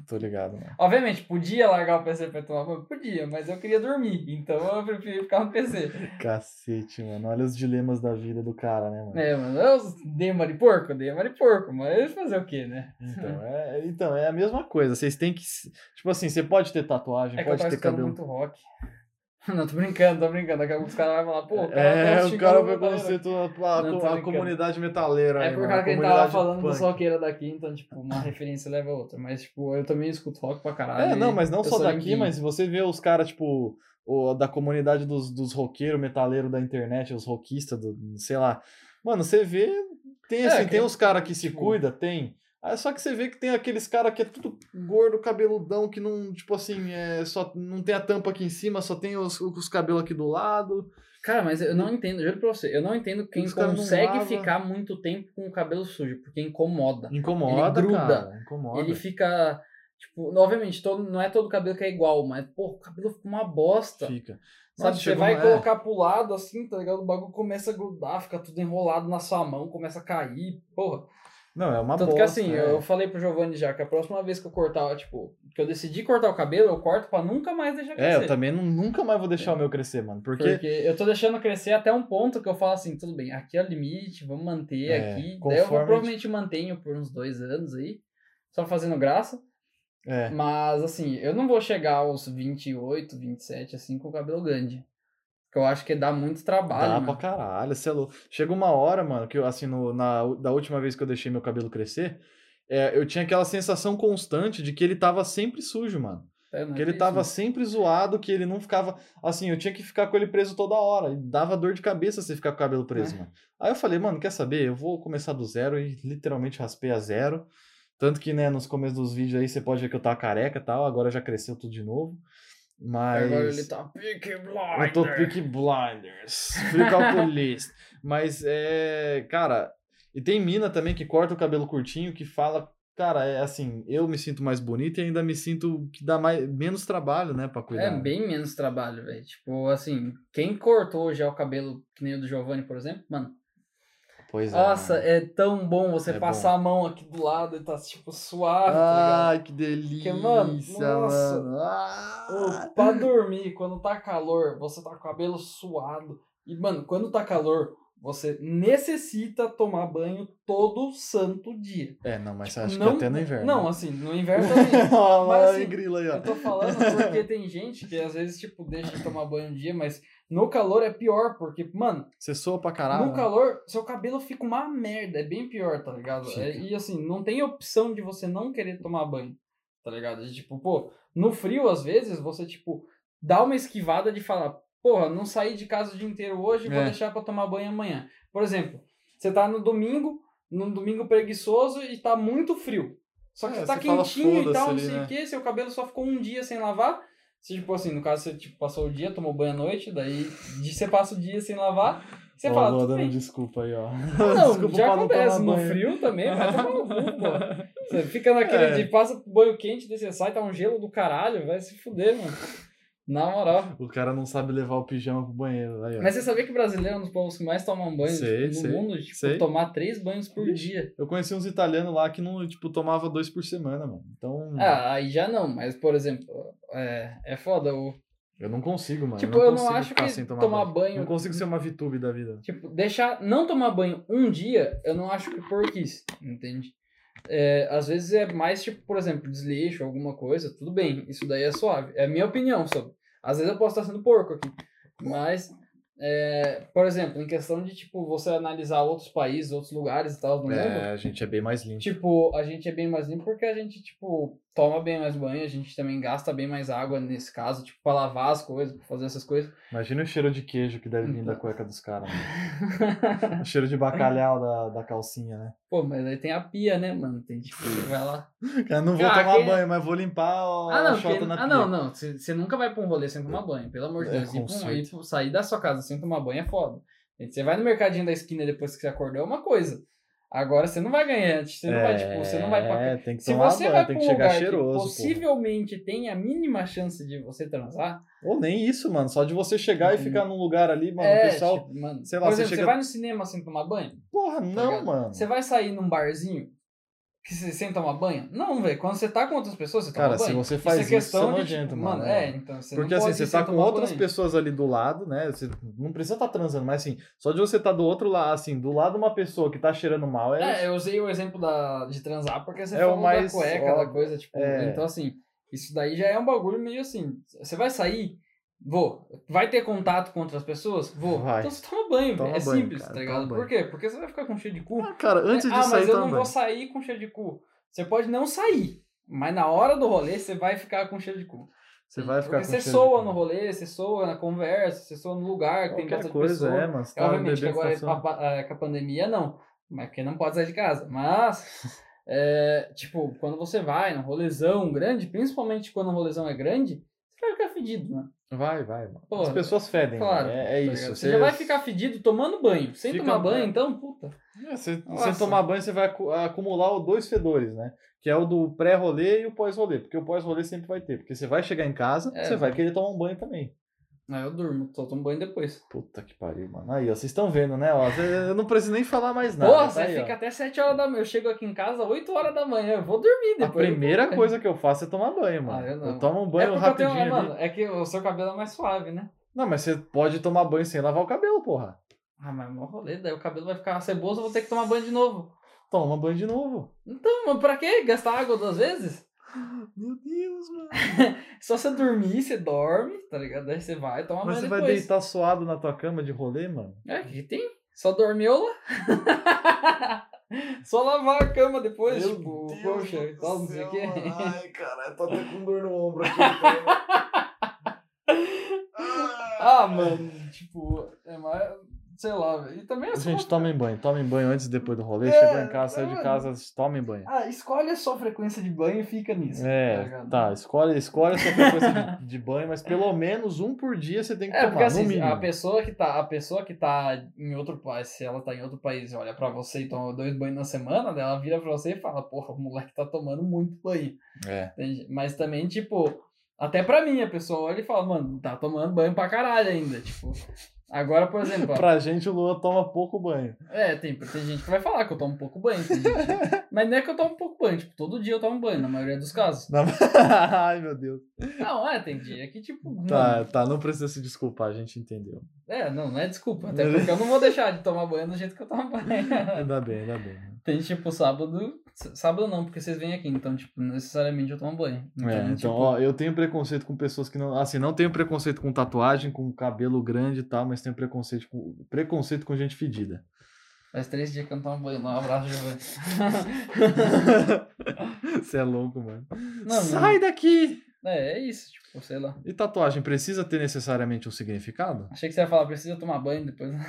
S2: Tô ligado, mano.
S1: Obviamente, podia largar o PC pra tomar banho? Podia, mas eu queria dormir, então eu preferi ficar no PC.
S2: Cacete, mano. Olha os dilemas da vida do cara, né, mano?
S1: É, mano, eu dei uma de porco, dei uma de porco, mas fazer o quê, né?
S2: Então é, então, é a mesma coisa. Vocês têm que. se- Tipo assim, você pode ter tatuagem,
S1: É que eu
S2: pode
S1: tava
S2: ter
S1: escutando
S2: cabelo.
S1: muito rock. (laughs) Não, tô brincando, tô brincando. Daqui a pouco os caras vão falar, pô, o cara
S2: É,
S1: tá
S2: o
S1: xingando
S2: cara
S1: meu
S2: pegou
S1: banheiro.
S2: conceito é a,
S1: Não, tô
S2: a,
S1: brincando.
S2: comunidade metaleira.
S1: É
S2: aí,
S1: por
S2: mano,
S1: causa
S2: a
S1: que a gente tava
S2: né? comunidade
S1: falando do
S2: punk.
S1: soqueira daqui, então, tipo, uma referência leva a outra. Mas, tipo, eu também escuto rock pra caralho.
S2: É, não,
S1: e
S2: mas não
S1: eu
S2: só
S1: sou
S2: daqui,
S1: limpinho.
S2: mas você vê os caras, tipo, o, da comunidade dos, dos roqueiros, metaleiros da internet, os roquistas, do, sei lá. Mano, você vê, tem
S1: É,
S2: assim,
S1: que-
S2: tem os caras que se
S1: tipo-
S2: cuida, tem. Aí só que você vê que tem aqueles caras que é tudo gordo, cabeludão, que não, tipo assim, é, só não tem a tampa aqui em cima, só tem os, os cabelos aqui do lado.
S1: Cara, mas eu não entendo, juro pra você, eu não entendo quem
S2: Os caras não
S1: consegue
S2: lavam.
S1: ficar muito tempo com o cabelo sujo, porque incomoda.
S2: Incomoda,
S1: Ele gruda.
S2: cara. Incomoda.
S1: Ele fica. Tipo, obviamente, todo, não é todo cabelo que é igual, mas, pô, o cabelo fica uma bosta.
S2: Fica.
S1: Sabe,
S2: Nossa,
S1: você
S2: chegou
S1: vai
S2: uma- é.
S1: colocar pro lado assim, tá ligado? O bagulho começa a grudar, fica tudo enrolado na sua mão, começa a cair, porra.
S2: Não, é uma
S1: Tanto
S2: bosta.
S1: que assim,
S2: é.
S1: eu falei pro Giovanni já que a próxima vez que eu cortar, tipo, que eu decidi cortar o cabelo, eu corto pra nunca mais deixar
S2: É,
S1: crescer.
S2: eu também não- nunca mais vou deixar o meu crescer, mano. Porque,
S1: Porque eu tô deixando crescer até um ponto que eu falo assim, tudo bem, aqui é o limite, vamos manter
S2: É,
S1: aqui. Daí eu vou-
S2: conforme-
S1: provavelmente mantenho por uns dois anos aí, só fazendo graça.
S2: é.
S1: Mas assim, eu não vou chegar aos 28, 27, assim, com o cabelo grande. Porque eu acho que dá muito trabalho. né?
S2: Dá
S1: mano.
S2: pra caralho, você é louco. Chega uma hora, mano, que eu, assim, no, na, da última vez que eu deixei meu cabelo crescer, é, eu tinha aquela sensação constante de que ele tava sempre sujo, mano.
S1: É, não é
S2: Que ele
S1: difícil,
S2: tava
S1: né?
S2: sempre zoado, que ele não ficava. Assim, eu tinha que ficar com ele preso toda hora. E dava dor de cabeça você ficar com o cabelo preso,
S1: É.
S2: mano. Aí eu falei, mano, quer saber? Eu vou começar do zero e literalmente raspei a zero. Tanto que, né, nos começos dos vídeos aí você pode ver que eu tava careca e tal, agora já cresceu tudo de novo. Mas.
S1: Agora ele tá pique É blinder.
S2: Eu tô pick blinders,
S1: (laughs)
S2: fui calculista. Mas é. Cara, e tem mina também que corta o cabelo curtinho que fala. Cara, é assim, eu me sinto mais bonito e ainda me sinto que dá mais, menos trabalho, né, pra cuidar.
S1: É bem menos trabalho, velho. Tipo, assim, quem cortou já o cabelo, que nem o do Giovanni, por exemplo, mano,
S2: Pois é.
S1: Nossa,
S2: mano.
S1: é tão bom você
S2: É Ah,
S1: passar a mão aqui do lado e tá, tipo, suave, tá ligado?
S2: Ai, que delícia,
S1: mano, nossa.
S2: mano. Ah!
S1: Ô, pra dormir, quando tá calor, você tá com o cabelo suado. E, mano, quando tá calor, você necessita tomar banho todo santo dia.
S2: É, não, mas
S1: Tipo,
S2: acho que até no inverno. (laughs) né?
S1: Não, assim, no inverno também.
S2: Olha lá,
S1: mas assim,
S2: grila aí, ó.
S1: Eu tô falando porque tem gente que às vezes, tipo, deixa de tomar banho um dia, mas no calor é pior, porque, mano,
S2: Você soa pra caralho.
S1: No calor, seu cabelo fica uma merda, é bem pior, tá ligado?
S2: Fica.
S1: É, e assim, não tem opção de você não querer tomar banho, tá ligado? De, tipo, pô, no frio, às vezes, você, tipo, dá uma esquivada de falar, porra, não saí de casa o dia inteiro hoje, vou
S2: É.
S1: deixar pra tomar banho amanhã. Por exemplo, você tá no domingo, num domingo preguiçoso e tá muito frio. Só que
S2: É,
S1: você tá
S2: você fala,
S1: quentinho e
S2: "Foda-se"
S1: tal, não
S2: ali,
S1: sei o
S2: né?
S1: que, seu cabelo só ficou um dia sem lavar. Se, tipo assim, no caso, você tipo, passou o dia, tomou banho à noite, daí de- você passa o dia sem lavar, você
S2: Ó,
S1: fala,
S2: Lua
S1: tudo
S2: dando
S1: bem.
S2: desculpa aí, ó.
S1: Não,
S2: (laughs) desculpa
S1: já
S2: pra não tomar
S1: acontece no
S2: banho.
S1: frio também, vai tomar no cu, pô.
S2: (laughs)
S1: Você fica naquele
S2: É.
S1: de passa pro banho quente, daí você sai, tá um gelo do caralho, vai se fuder, mano. Na moral.
S2: O cara não sabe levar o pijama pro banheiro. Aí, ó.
S1: Mas você sabia que brasileiro é um dos povos que mais tomam banho tipo,
S2: Sei,
S1: no
S2: sei,
S1: mundo? Tipo,
S2: sei.
S1: tomar três banhos por
S2: Ixi.
S1: dia.
S2: Eu conheci uns italianos lá que não, tipo, tomava dois por semana, mano. Então,
S1: Ah, aí já não, mas por exemplo, é, é foda. O,
S2: eu não consigo, mano.
S1: tipo,
S2: eu não,
S1: eu não
S2: consigo
S1: acho
S2: ficar
S1: que
S2: sem tomar,
S1: tomar,
S2: banho.
S1: banho.
S2: Não consigo ser uma VTube da vida.
S1: Tipo, deixar não tomar banho um dia, eu não acho que porquis, entende? É, às vezes é mais tipo, por exemplo, desleixo, alguma coisa, tudo bem, isso daí é suave. É a minha opinião sobre. Às vezes eu posso estar sendo porco aqui, mas, é, por exemplo, em questão de tipo, você analisar outros países, outros lugares e tal do mundo,
S2: É, a gente é bem mais limpo.
S1: tipo, a gente é bem mais limpo porque a gente, tipo, toma bem mais banho, a gente também gasta bem mais água nesse caso, tipo, pra lavar as coisas, pra fazer essas coisas.
S2: Imagina o cheiro de queijo que deve
S1: Então.
S2: vir da cueca dos caras,
S1: (laughs)
S2: mano. o cheiro de bacalhau da, da calcinha, né?
S1: Pô, mas aí tem a pia, né, mano? Tem tipo, vai lá.
S2: Cara, não vou
S1: Cara,
S2: tomar
S1: quem-
S2: banho, mas vou limpar ó,
S1: Ah, não,
S2: a chota
S1: porque-
S2: na
S1: ah,
S2: pia.
S1: não, não. Você você nunca vai pra um rolê sem tomar banho, pelo amor de
S2: É,
S1: Deus. um- E,
S2: com
S1: pum, aí,
S2: certeza.
S1: pô, sair da sua casa sem tomar banho é foda. Você vai no mercadinho da esquina depois que você acordou é uma coisa. Agora você não vai ganhar, você não vai, tipo, você não vai pra.
S2: É, tem que
S1: Se
S2: tomar
S1: você
S2: banho,
S1: vai
S2: tem
S1: pra
S2: que
S1: um
S2: chegar
S1: lugar
S2: cheiroso.
S1: que
S2: porra.
S1: possivelmente tem a mínima chance de você transar,
S2: Ou nem isso, mano. Só de você chegar e
S1: Uhum.
S2: ficar num lugar ali, mano,
S1: é,
S2: o pessoal.
S1: tipo, mano.
S2: sei lá,
S1: por
S2: você
S1: exemplo, você
S2: chega-
S1: vai no cinema sem tomar banho?
S2: Porra, não,
S1: Tá ligado?
S2: mano.
S1: Você vai sair num barzinho que você sem tomar banho? Não, velho. Quando você tá com outras pessoas, você toma
S2: Cara, se
S1: banho.
S2: você
S1: Isso
S2: faz
S1: é
S2: isso,
S1: questão
S2: você é
S1: de,
S2: nojento,
S1: tipo,
S2: mano.
S1: É, então você
S2: Porque
S1: não
S2: assim,
S1: pode
S2: você
S1: ir sem
S2: tá com
S1: tomar
S2: outras
S1: banho.
S2: pessoas ali do lado, né? Você não precisa estar transando, mas assim, só de você estar do outro lado, assim, do lado de uma pessoa que tá cheirando mal, é.
S1: É, eu usei o exemplo da, de transar porque você
S2: É o
S1: falou
S2: mais
S1: da cueca,
S2: óbvio.
S1: da coisa, tipo,
S2: É.
S1: então assim, isso daí já é um bagulho meio assim, você vai sair, Vou. Vai ter contato com outras pessoas? Vou.
S2: Vai.
S1: Então você toma banho.
S2: Toma
S1: é
S2: banho,
S1: simples, tá
S2: cara, toma
S1: ligado?
S2: banho.
S1: Por quê? Porque você vai ficar com cheiro de cu.
S2: Ah, cara, antes de
S1: ah,
S2: sair,
S1: mas eu
S2: toma
S1: não
S2: banho.
S1: vou sair com cheiro de cu. Você pode não sair, mas na hora do rolê você vai ficar com cheiro de cu.
S2: Você vai
S1: Porque
S2: ficar com
S1: você
S2: cheiro de
S1: soa
S2: cu.
S1: no rolê, você soa na conversa, você soa no lugar que tem
S2: Qualquer
S1: bastante
S2: coisa,
S1: pessoa.
S2: é, mano. Você
S1: É,
S2: tá
S1: Obviamente que
S2: bebendo,
S1: agora
S2: você tá
S1: com a, pa- eh, com a pandemia não, mas porque não pode sair de casa. Mas, (laughs) é, tipo, quando você vai num rolezão grande, principalmente quando o rolezão é grande, você vai ficar fedido, né?
S2: suando. Vai, vai, mano.
S1: Pô,
S2: As pessoas fedem,
S1: claro,
S2: mano. É, é
S1: Tá
S2: isso.
S1: ligado? Você já vai ficar fedido tomando banho. Sem
S2: Fica- um
S1: tomar banho, então, puta.
S2: É, você-
S1: Nossa.
S2: sem tomar banho, você vai acu- acumular os dois fedores, né? Que é o do pré-rolê e o pós-rolê. Porque o pós-rolê sempre vai ter. Porque você vai chegar em casa,
S1: É.
S2: você vai querer tomar um banho também.
S1: Não, eu durmo, só tomo banho depois.
S2: Puta que pariu, mano. Aí, ó, vocês estão vendo, né? Ó, cê- eu não preciso nem falar mais nada.
S1: Porra,
S2: tá
S1: você
S2: aí, ó.
S1: fica até 7 horas da manhã. Eu chego aqui em casa 8 horas da manhã, eu vou dormir
S2: A
S1: depois. eu
S2: primeira
S1: tomo banho.
S2: coisa que eu faço é tomar banho, mano.
S1: Ah, eu
S2: eu,
S1: não.
S2: tomo um
S1: é
S2: banho
S1: porque eu
S2: rapidinho
S1: tenho, é,
S2: ali.
S1: mano, é que o seu cabelo é mais suave, né?
S2: Não, mas você pode tomar banho sem lavar o cabelo, porra.
S1: Ah, mas é mó rolê, daí o cabelo vai ficar ceboso, eu vou ter que tomar banho de novo.
S2: Toma banho de novo.
S1: Então, mas pra que gastar água duas vezes?
S2: Meu Deus, mano.
S1: Só você dormir, você dorme, tá ligado? Daí você vai tomar
S2: Mas
S1: banho
S2: você vai
S1: depois.
S2: deitar suado na tua cama de rolê, mano?
S1: É, o que que tem? Só dormiu lá? (laughs) Só lavar a cama depois, tipo, poxa, e tal, não sei o quê.
S2: Ai, cara, eu tô até com dor no ombro aqui.
S1: (laughs)
S2: então.
S1: Ah, mano, tipo, é mais... Sei lá, velho. E também é só...
S2: Gente, tomem banho. Tomem banho antes e depois do rolê.
S1: É,
S2: Chegou em casa,
S1: é,
S2: saiu de
S1: mano.
S2: casa, tomem banho.
S1: Ah, escolhe a sua frequência de banho e fica nisso.
S2: É,
S1: ligado?
S2: tá, escolhe, escolhe a sua frequência de, de banho, mas pelo menos um por dia você tem que
S1: É, porque
S2: tomar, ah, no
S1: assim,
S2: mínimo.
S1: a pessoa que tá, a pessoa que tá em outro país, se ela tá em outro país e olha pra você e toma dois banhos na semana, né, ela vira pra você e fala, porra, o moleque tá tomando muito banho.
S2: É.
S1: Entende? Mas também, tipo, até pra mim, a pessoa olha e fala, mano, tá tomando banho pra caralho ainda, tipo. Agora, por exemplo, ó,
S2: Pra gente, o Luan toma
S1: (laughs)
S2: pouco banho.
S1: é, tem, tem gente que vai falar que eu tomo pouco banho, tem gente- mas não é que (laughs) eu tomo pouco banho, tipo, todo dia eu tomo banho, na maioria dos casos.
S2: Não- Ai, meu Deus.
S1: Não, é, tem dia que, tipo, não,
S2: Tá, tá, não precisa se desculpar, a gente entendeu.
S1: É, não, não é desculpa.
S2: (laughs)
S1: Até
S2: Beleza.
S1: porque eu não vou deixar de tomar banho do jeito que eu tomo banho.
S2: Ainda bem, ainda bem.
S1: Tem tipo sábado. s- Sábado não, porque vocês vêm aqui, então, tipo, não necessariamente eu tomo banho.
S2: É, então,
S1: tipo,
S2: ó, eu tenho preconceito com pessoas que não. Assim, não tenho preconceito com tatuagem, com cabelo grande e tal, mas tenho preconceito com, preconceito com gente fedida. (laughs)
S1: Faz três dias que eu não tomo banho, não. Um abraço, Giovanni.
S2: Você é louco, mano. (laughs)
S1: Não,
S2: Sai daqui!
S1: não. É, é isso, tipo, sei lá.
S2: E tatuagem precisa ter necessariamente um significado?
S1: Achei que você ia falar, precisa tomar banho depois. (laughs)
S2: Eu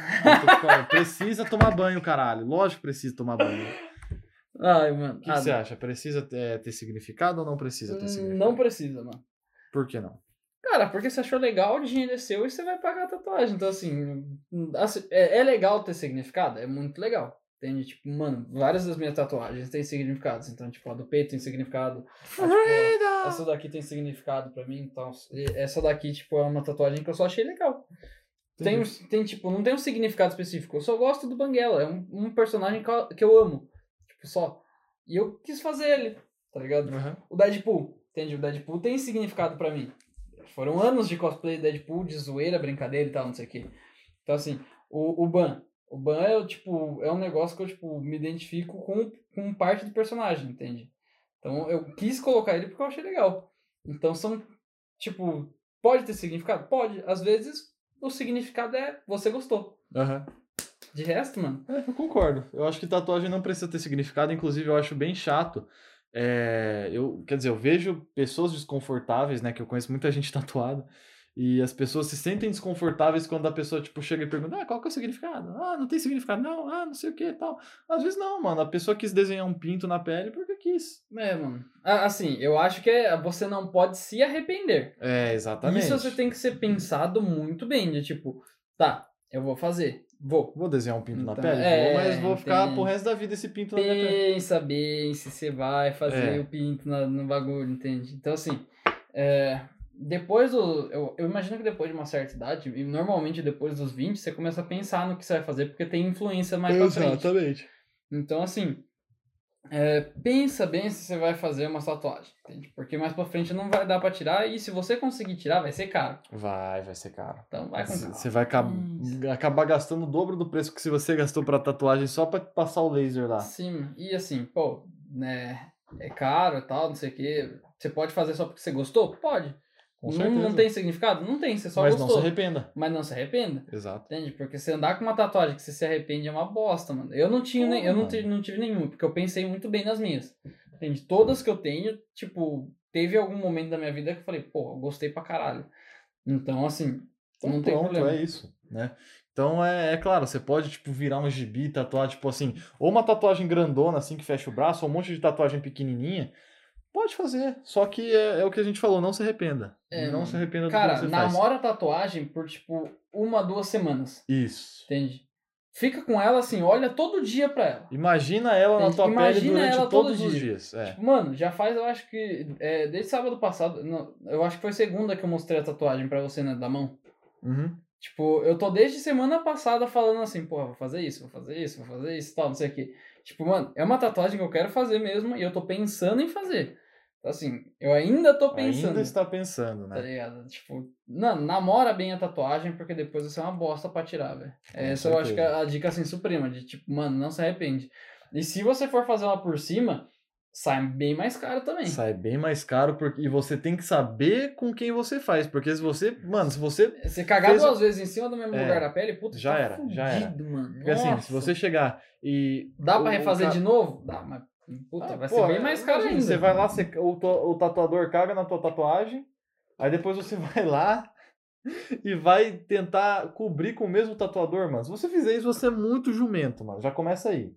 S2: tô falando, precisa tomar banho, caralho. Lógico que precisa tomar banho.
S1: Ai, mano.
S2: O que, que
S1: ah, hum,
S2: você acha? Precisa é, ter significado ou não precisa ter significado?
S1: Não precisa, mano.
S2: Por que não?
S1: Cara, porque você achou legal, o dinheiro é seu e você vai pagar a tatuagem. Então, assim, assim, é, é legal ter significado? É muito legal. Tem, tipo, mano, várias das minhas tatuagens têm significados. Então, tipo, a do peito tem significado. a, tipo, essa daqui tem significado pra mim. Então, e essa daqui, tipo, é uma tatuagem que eu só achei legal. Tem,
S2: Entendi.
S1: um- tem, tipo, não tem um significado específico. Eu só gosto do Banguela. É um, um personagem que eu, que eu amo. Tipo, só. E eu quis fazer ele, tá ligado?
S2: Aham.
S1: O Deadpool, entende? O Deadpool tem significado pra mim. Foram anos de cosplay Deadpool, de zoeira, brincadeira e tal, não sei o quê. Então, assim, o, o Ban. O Ban é, o, tipo, é um negócio que eu, tipo, me identifico com, com parte do personagem, entende? Então, eu quis colocar ele porque eu achei legal. Então, são, tipo, pode ter significado? Pode. Às vezes, o significado é você gostou.
S2: Aham.
S1: De resto, mano,
S2: É, eu concordo. Eu acho que tatuagem não precisa ter significado, inclusive eu acho bem chato. É, eu, quer dizer, eu vejo pessoas desconfortáveis, né? Que eu conheço muita gente (laughs) tatuada. E as pessoas se sentem desconfortáveis quando a pessoa, tipo, chega e pergunta, ah, qual que é o significado? Ah, não tem significado, não, ah, não sei o que e tal. Às vezes não, mano. A pessoa quis desenhar um pinto na pele porque quis.
S1: é, mano. Ah, Assim, eu acho que é- você não pode se arrepender.
S2: É, exatamente.
S1: Isso você tem que ser pensado muito bem, de tipo, tá, eu vou fazer, vou.
S2: Vou desenhar um pinto na
S1: Então,
S2: pele?
S1: é,
S2: vou, mas vou ficar
S1: entendi.
S2: pro resto da vida esse pinto na minha pele.
S1: Pensa bem se você vai fazer
S2: É.
S1: o pinto na- no bagulho, entende? Então, assim, é, depois do. Eu, eu imagino que depois de uma certa idade, e normalmente depois dos 20, você começa a pensar no que você vai fazer, porque tem influência mais pra frente.
S2: Exatamente.
S1: Então, assim, é, pensa bem se você vai fazer uma tatuagem, entende? Porque mais pra frente não vai dar pra tirar, e se você conseguir tirar, vai ser caro.
S2: Vai, vai ser caro.
S1: Então, vai com calma.
S2: Você vai acab-
S1: Isso.
S2: acabar gastando o dobro do preço que se você gastou pra tatuagem só pra passar o laser lá.
S1: Sim, e assim, pô, né? É caro e tal, não sei o quê. Você pode fazer só porque você gostou? Pode.
S2: Com
S1: não,
S2: certeza.
S1: não tem significado? Não tem, você só
S2: Mas não se
S1: gostou.
S2: arrependa.
S1: Mas não se arrependa.
S2: Exato.
S1: Entende? Porque você andar com uma tatuagem que você se arrepende é uma bosta, mano. Eu não tinha, nem, eu não,
S2: Porra.
S1: ti- não tive nenhuma, porque eu pensei muito bem nas minhas. Entende? Todas que eu tenho, tipo, teve algum momento da minha vida que eu falei, pô, eu gostei pra caralho. Então, assim,
S2: Então
S1: Não tem
S2: pronto,
S1: problema.
S2: é isso, né? Então é, é claro, você pode tipo virar um gibi, tatuar tipo assim, ou uma tatuagem grandona assim que fecha o braço, ou um monte de tatuagem pequenininha. Pode fazer, só que é, é o que a gente falou, não se arrependa.
S1: É,
S2: não se arrependa do que
S1: cara,
S2: você faz.
S1: namora a tatuagem por, tipo, uma, duas semanas.
S2: Isso.
S1: Entende? Fica com ela assim, olha todo dia pra ela.
S2: Imagina ela na
S1: Gente,
S2: tua pele
S1: imagina
S2: durante
S1: ela todo
S2: todos os
S1: dia.
S2: dias. É.
S1: Tipo, Mano, já faz, eu acho que. é, desde sábado passado. não, eu acho que foi segunda que eu mostrei a tatuagem pra você, né? Da mão.
S2: Uhum.
S1: Tipo, eu tô desde semana passada falando assim, porra, vou fazer isso, vou fazer isso, vou fazer isso e tal, não sei o quê. Tipo, mano, é uma tatuagem que eu quero fazer mesmo e eu tô pensando em fazer. Então, assim, eu ainda tô pensando.
S2: Ainda está pensando,
S1: Tá
S2: né?
S1: ligado? Tipo, não, namora bem a tatuagem, porque depois você é uma bosta pra tirar, velho.
S2: Com
S1: Essa eu acho que é
S2: certeza.
S1: a dica assim suprema, de tipo, mano, não se arrepende. E se você for fazer uma por cima, sai bem mais caro também.
S2: Sai bem mais caro porque e você tem que saber com quem você faz, porque se você, mano, se você
S1: Você cagar
S2: Fez-
S1: duas vezes em cima do mesmo
S2: É.
S1: lugar da pele, puta,
S2: Já
S1: tá
S2: era, já era.
S1: fudido, mano.
S2: Porque assim,
S1: Nossa.
S2: se você chegar e.
S1: Dá pra
S2: o- o
S1: refazer
S2: ca-
S1: de novo? Dá, mas. Puta,
S2: Ah,
S1: vai
S2: pô,
S1: ser bem mais caro
S2: imagina,
S1: ainda.
S2: Você vai lá, você- o, to- o tatuador caga na tua tatuagem, aí depois você (laughs) vai lá e vai tentar cobrir com o mesmo tatuador, mano. Se você fizer isso, você é muito jumento, mano. Já começa aí.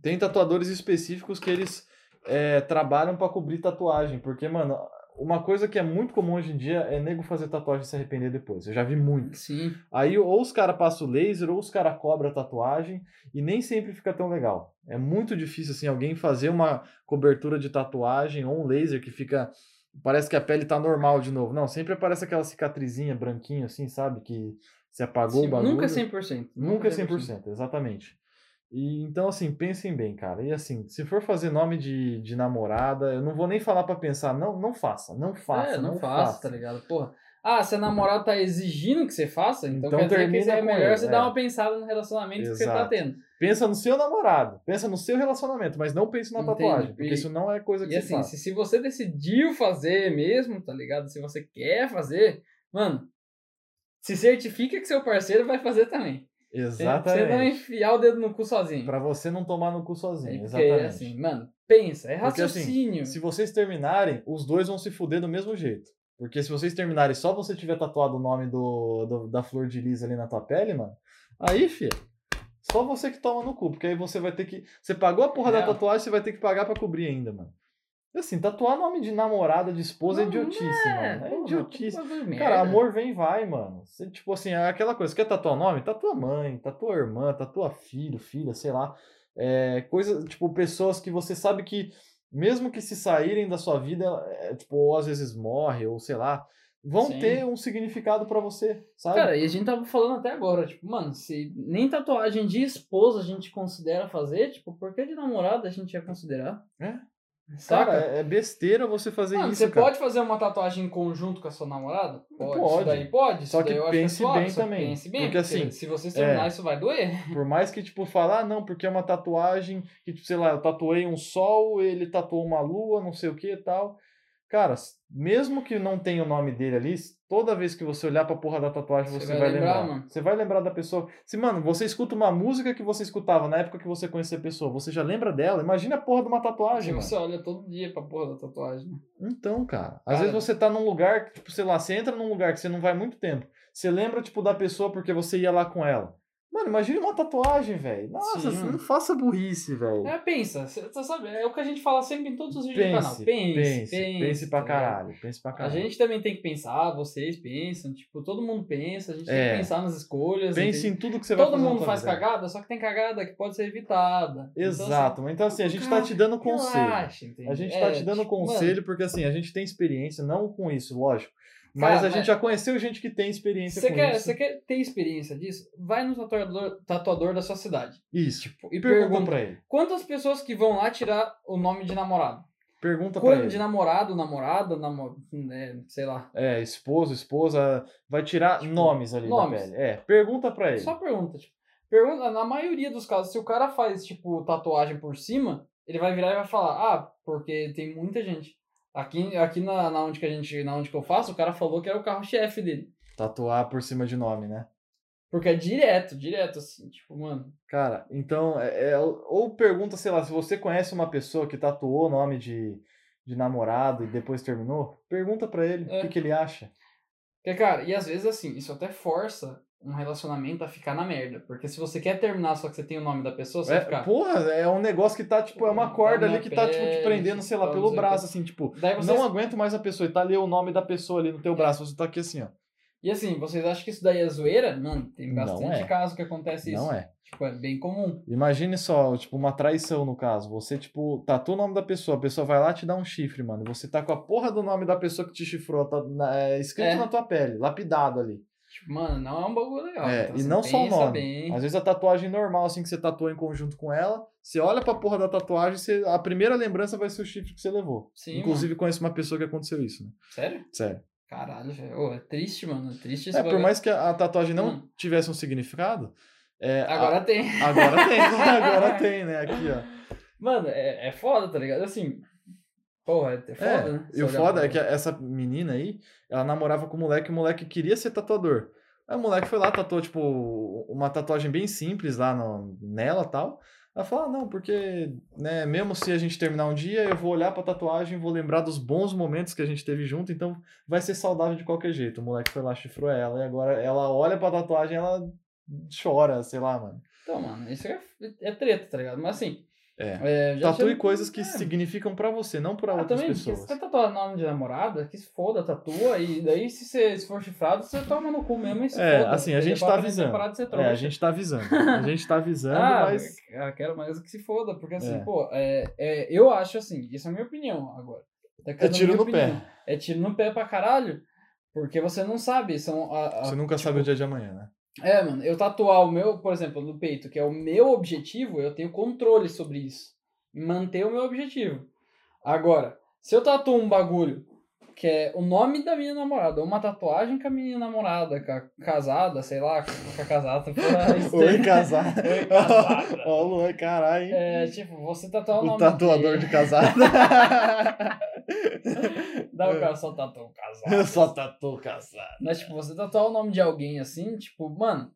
S2: Tem tatuadores específicos que eles é, trabalham pra cobrir tatuagem, porque, mano, uma coisa que é muito comum hoje em dia é nego fazer tatuagem e se arrepender depois. Eu já vi muito.
S1: Sim.
S2: Aí ou os caras passam o laser, ou os caras cobram a tatuagem, e nem sempre fica tão legal. É muito difícil, assim, alguém fazer uma cobertura de tatuagem ou um laser que fica. Parece que a pele tá normal de novo. Não, sempre aparece aquela cicatrizinha branquinha, assim, sabe? Que se apagou
S1: Sim,
S2: o bagulho.
S1: nunca é 100%.
S2: Nunca é 100%, exatamente. E, então, assim, pensem bem, cara. E assim, se for fazer nome de, de namorada, eu não vou nem falar pra pensar, não, não faça, não faça.
S1: é, não, faço,
S2: faça,
S1: tá ligado? Porra. Ah, se a namorada tá exigindo que você faça, então,
S2: Então
S1: quer dizer que
S2: termina
S1: é
S2: com
S1: melhor
S2: ele,
S1: você
S2: é.
S1: dar uma pensada no relacionamento que você tá
S2: Exato.
S1: tendo.
S2: Pensa no seu namorado, pensa no seu relacionamento, mas não pense na
S1: Entendo.
S2: tatuagem, porque
S1: E-
S2: isso não é coisa que
S1: E
S2: você
S1: assim,
S2: faz.
S1: se, se você decidiu fazer mesmo, tá ligado? Se você quer fazer, mano, se certifica que seu parceiro vai fazer também. é, Você não
S2: Exatamente.
S1: enfiar o dedo no cu sozinho.
S2: Pra você não tomar no cu
S1: É,
S2: sozinho,
S1: porque,
S2: exatamente.
S1: assim, mano, pensa, é
S2: Porque, assim,
S1: raciocínio.
S2: se vocês terminarem, os dois vão se fuder do mesmo jeito. Porque se vocês terminarem e só você tiver tatuado o nome do, do- da flor de lis ali na tua pele, mano, aí, filho, só você que toma no cu, porque aí você vai ter que. Você pagou a porra da
S1: Real.
S2: tatuagem, você vai ter que pagar pra cobrir ainda, mano. E assim, tatuar nome de namorada, de esposa é
S1: Não,
S2: idiotice, mano. É
S1: porra,
S2: idiotice.
S1: que bagulho de
S2: Cara,
S1: merda.
S2: amor vem e vai, mano. Você, tipo assim, é aquela coisa, você quer tatuar nome? Tatua mãe, tatua irmã, tatua filho, filha, sei lá. É, coisa, tipo, pessoas que você sabe que, mesmo que se saírem da sua vida, é, tipo, ou às vezes morre, ou sei lá, vão
S1: Sim.
S2: ter um significado pra você, sabe?
S1: Cara, e a gente tava falando até agora, tipo, mano, se nem tatuagem de esposa a gente considera fazer, tipo, por que de namorada a gente ia considerar?
S2: É.
S1: Saca?
S2: Cara, é é besteira você fazer
S1: Mano,
S2: isso,
S1: você
S2: cara.
S1: pode fazer uma tatuagem em conjunto com a sua namorada? Pode. Isso
S2: Pode.
S1: daí pode.
S2: Só
S1: isso
S2: que
S1: daí eu acho é
S2: pense
S1: suave,
S2: bem
S1: só que
S2: também.
S1: Pense bem,
S2: Porque, assim,
S1: se vocês terminar,
S2: é.
S1: isso vai doer.
S2: Por mais que, tipo, falar, "Ah, não, porque é uma tatuagem que, tipo, sei lá, eu tatuei um sol, ele tatuou uma lua, não sei o que e tal. Cara, s- mesmo que não tenha o nome dele ali, s- toda vez que você olhar pra porra da tatuagem,
S1: Você
S2: você,
S1: vai
S2: vai,
S1: lembrar,
S2: lembrar.
S1: mano.
S2: Você vai lembrar da pessoa. Se, mano, você escuta uma música que você escutava na época que você conhecia a pessoa, você já lembra dela? Imagina a porra de uma
S1: Se
S2: tatuagem, mano.
S1: Tipo, você olha todo dia pra porra da tatuagem. né?
S2: Então, cara.
S1: Cara.
S2: Às vezes você tá num lugar, que, tipo, sei lá, você entra num lugar que você não vai muito tempo. Você lembra, tipo, da pessoa porque você ia lá com ela. Mano, imagina uma tatuagem, velho. Nossa,
S1: Sim.
S2: você não faça burrice, velho.
S1: É, pensa. Você sabe, é o que a gente fala sempre em todos os vídeos do canal.
S2: pense,
S1: Pense,
S2: pense, pense, pra
S1: tá ligado?
S2: caralho. Pense pra
S1: A
S2: caralho.
S1: gente também tem que pensar, vocês pensam, tipo, todo mundo pensa, a gente tem que
S2: É.
S1: pensar nas escolhas.
S2: Pense
S1: entende?
S2: em tudo que você vai
S1: Todo
S2: fazer. na
S1: mundo
S2: tua
S1: faz
S2: vida.
S1: cagada, só que tem cagada que pode ser evitada. Então, assim,
S2: Exato. Mas Então, assim, a gente tá te dando conselho.
S1: relaxa, entende?
S2: A gente
S1: É,
S2: tá te dando
S1: tipo, mano,
S2: conselho porque, assim, a gente tem experiência, não com isso, lógico. Mas
S1: Cara,
S2: a gente
S1: mas-
S2: já conheceu gente que tem experiência
S1: Você
S2: com
S1: quer,
S2: isso.
S1: você quer ter experiência disso? Vai no tatuador, tatuador da sua cidade. tipo,
S2: Isso.
S1: E
S2: Pergunta,
S1: pergunta
S2: pra ele.
S1: quantas pessoas que vão lá tirar o nome de namorado?
S2: Pergunta pra
S1: Quando
S2: ele.
S1: de namorado, namorada, namo... é, sei lá.
S2: É, esposo, esposa, vai tirar
S1: Tipo,
S2: nomes ali
S1: nomes.
S2: da pele. É, pergunta pra ele.
S1: Só pergunta, tipo. Pergunta, na maioria dos casos, se o cara faz, tipo, tatuagem por cima, ele vai virar e vai falar, ah, porque tem muita gente. Aqui, aqui na, na onde que a gente, na onde que eu faço, o cara falou que era o carro-chefe dele.
S2: Tatuar por cima de nome, né?
S1: Porque é direto, direto, assim, tipo, mano.
S2: Cara, então, é, é- ou pergunta, sei lá, se você conhece uma pessoa que tatuou o nome de, de namorado e depois terminou, pergunta pra ele
S1: É.
S2: o que, que ele acha.
S1: Porque, cara, e às vezes assim, isso até força um relacionamento a ficar na merda. Porque se você quer terminar só que você tem o nome da pessoa, você
S2: É,
S1: vai ficar.
S2: porra, é um negócio que tá, tipo, é uma
S1: Tá
S2: corda
S1: na
S2: ali que tá, tipo, te
S1: pele,
S2: prendendo, sei lá,
S1: tá,
S2: pelo
S1: não sei o
S2: braço, assim, tipo,
S1: Daí vocês...
S2: não aguento mais a pessoa, e tá ali o nome da pessoa ali no
S1: É.
S2: teu braço, você tá aqui assim, ó.
S1: E assim, vocês acham que isso daí é zoeira? Mano, tem
S2: Não
S1: bastante
S2: é.
S1: caso que acontece isso.
S2: Não é.
S1: Tipo, é bem comum.
S2: Imagine só, tipo, uma traição no caso. Você, tipo, tatua o nome da pessoa, a pessoa vai lá e te dá um chifre, mano. Você tá com a porra do nome da pessoa que te chifrou, tá na- é, escrito
S1: É.
S2: na tua pele, lapidado ali.
S1: Tipo, mano, não é um bagulho legal.
S2: É,
S1: então
S2: e
S1: você
S2: não só o
S1: pensa
S2: nome.
S1: Bem.
S2: Às vezes a tatuagem normal, assim, que você tatuou em conjunto com ela, você olha pra porra da tatuagem, você- a primeira lembrança vai ser o chifre que você levou.
S1: Sim,
S2: Inclusive, conheço uma pessoa que aconteceu isso, né?
S1: mano. Sério?
S2: Sério.
S1: Caralho, velho. Ô, é triste, mano. É triste esse
S2: É, por
S1: bagulho.
S2: mais que a, a tatuagem não
S1: Hum.
S2: tivesse um significado, é, a-
S1: Agora tem. (laughs)
S2: agora tem, (laughs) agora tem, né? Aqui, ó.
S1: Mano, é, é foda, tá ligado? Assim. Porra, é foda,
S2: É,
S1: né?
S2: e o foda é que essa menina aí, ela namorava com o moleque e o moleque queria ser tatuador. Aí o moleque foi lá, tatuou, tipo, uma tatuagem bem simples lá no, nela e tal. Ela falou, ah, não, porque, né, mesmo se a gente terminar um dia, eu vou olhar pra tatuagem, vou lembrar dos bons momentos que a gente teve junto, então vai ser saudável de qualquer jeito. O moleque foi lá, chifrou ela, e agora ela olha pra tatuagem, ela chora, sei lá, mano.
S1: Então, mano, isso é, é treta, tá ligado? Mas assim.
S2: É.
S1: é, já
S2: Tatue
S1: achei-
S2: coisas que
S1: é.
S2: significam pra você, não pra
S1: Ah,
S2: outras
S1: também, porque
S2: pessoas. É,
S1: se você tatuar nome de namorada, que se foda, tatua, e daí se você se for chifrado, você toma no cu mesmo e se
S2: É,
S1: foda.
S2: assim, a
S1: Daí
S2: gente
S1: depois
S2: tá
S1: aprende
S2: avisando.
S1: parada, você
S2: É,
S1: troca.
S2: a gente tá avisando.
S1: (laughs)
S2: A gente tá avisando,
S1: Ah,
S2: mas.
S1: eu quero mais que se foda, porque assim,
S2: É.
S1: pô, é, é, eu acho assim, isso é a minha opinião agora. Tá
S2: É
S1: cada um
S2: tiro
S1: minha
S2: no
S1: opinião.
S2: pé.
S1: É tiro no pé pra caralho, porque você não sabe, são a- a-
S2: Você nunca sabe o
S1: Tipo
S2: dia de amanhã,
S1: (laughs)
S2: né?
S1: É, mano, eu tatuar o meu, por exemplo, no peito, que é o meu objetivo, eu tenho controle sobre isso. Manter o meu objetivo. Agora, se eu tatuo um bagulho que é o nome da minha namorada, ou uma tatuagem com a minha namorada, com a casada, sei lá, com com a casada. (laughs) porra, isso
S2: Oi,
S1: aí.
S2: casada.
S1: Oi, casada.
S2: Ó, o Luan, caralho. hein?
S1: É, tipo, você tatuar o,
S2: Uhum. o
S1: nome
S2: tatuador
S1: (laughs)
S2: de casada.
S1: dele. Dá o cara só tatuar o
S2: Eu
S1: casado.
S2: É. (laughs) só tatuou casada.
S1: Mas, tipo, você tatuar o nome de alguém assim, tipo, mano,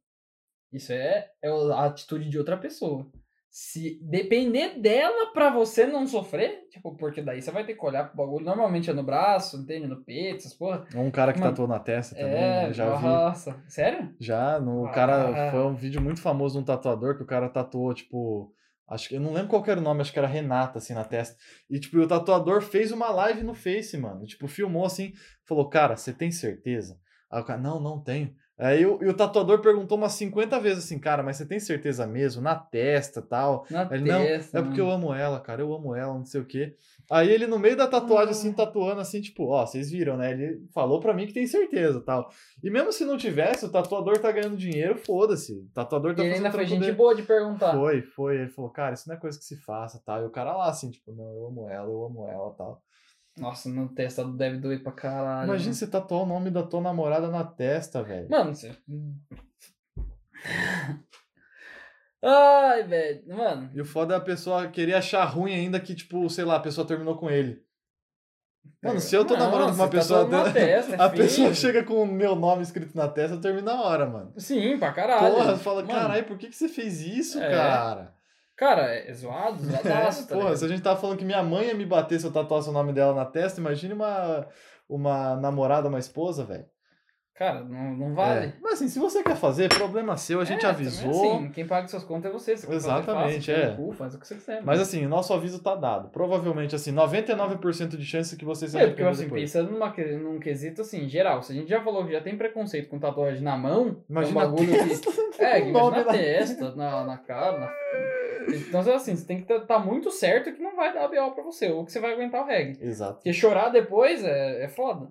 S1: isso é, é a atitude de outra pessoa. Se depender dela pra você não sofrer, tipo, porque daí você vai ter que olhar pro bagulho. Normalmente é no braço, entende? No peito, essas porra.
S2: Um cara que
S1: Mano,
S2: tatuou na testa também,
S1: é,
S2: né? já vi.
S1: nossa. Sério?
S2: Já, no o
S1: Ah.
S2: cara foi um vídeo muito famoso de um tatuador que o cara tatuou, tipo, acho que eu não lembro qual que era o nome, acho que era Renata assim na testa. E tipo, e o tatuador fez uma live no Face, mano. Tipo, filmou assim, falou: "Cara, você tem certeza?" Aí o cara: "Não, não tenho". Aí o, e o tatuador perguntou umas 50 vezes assim: "Cara, mas você tem certeza mesmo na testa, tal?"
S1: Na
S2: Ele, não,
S1: testa.
S2: É porque eu
S1: mano.
S2: amo ela, cara, eu amo ela, não sei o quê. Aí ele, no meio da tatuagem,
S1: Ah.
S2: assim, tatuando, assim, tipo, ó, vocês viram, né? Ele falou pra mim que tem certeza tal. E mesmo se não tivesse, o tatuador tá ganhando dinheiro, foda-se. O tatuador tá
S1: E ele
S2: fazendo
S1: ainda foi
S2: trampo
S1: gente
S2: dele.
S1: boa tá? de perguntar.
S2: Foi, foi. Ele falou, cara, isso não é coisa que se faça tal. E o cara lá, assim, tipo, não, eu amo ela, eu amo ela tal.
S1: Nossa, no testa deve doer pra caralho.
S2: Imagina você tatuar o nome da tua namorada na testa, velho.
S1: Mano, você. Ai, velho. Mano.
S2: E o foda é a pessoa querer achar ruim ainda que, tipo, sei lá, a pessoa terminou com ele. Mano, se eu tô
S1: É. Não,
S2: namorando com uma
S1: você
S2: pessoa
S1: tatuou na testa, é
S2: (laughs) A pessoa
S1: feio.
S2: chega com o meu nome escrito na testa, eu termino na hora, mano.
S1: Sim, pra caralho.
S2: Porra, fala,
S1: Mano,
S2: caralho, por que, que você fez isso,
S1: É.
S2: cara?
S1: Cara, é zoado, zoadaço,
S2: (laughs) É,
S1: tá
S2: porra,
S1: ligado?
S2: se a gente tava falando que minha mãe ia me bater se eu tatuasse o nome dela na testa, imagine uma, uma namorada, uma esposa, velho.
S1: Cara, não, não vale.
S2: É. Mas assim, se você quer fazer, problema seu, a gente
S1: É, também
S2: avisou.
S1: assim, quem paga suas contas é você. você quer fazer,
S2: Exatamente,
S1: faça, enfia
S2: é.
S1: no Cu, faz o que você quiser.
S2: Mas
S1: mano.
S2: assim, o nosso aviso tá dado. Provavelmente, assim, 99% de chance que você se
S1: É, porque
S2: arrependa
S1: assim,
S2: depois.
S1: pensando numa, que- num quesito assim, geral, se a gente já falou que já tem preconceito com tatuagem na mão,
S2: Imagina
S1: é um
S2: (laughs)
S1: bagulho
S2: a
S1: que.
S2: testa,
S1: É,
S2: com o
S1: que
S2: nome
S1: imagina na
S2: na-
S1: testa, na, na cara, na... Então, assim, você tem que estar muito certo que não vai dar BO pra você, ou que você vai aguentar o reggae.
S2: Exato.
S1: Porque chorar depois é, é foda.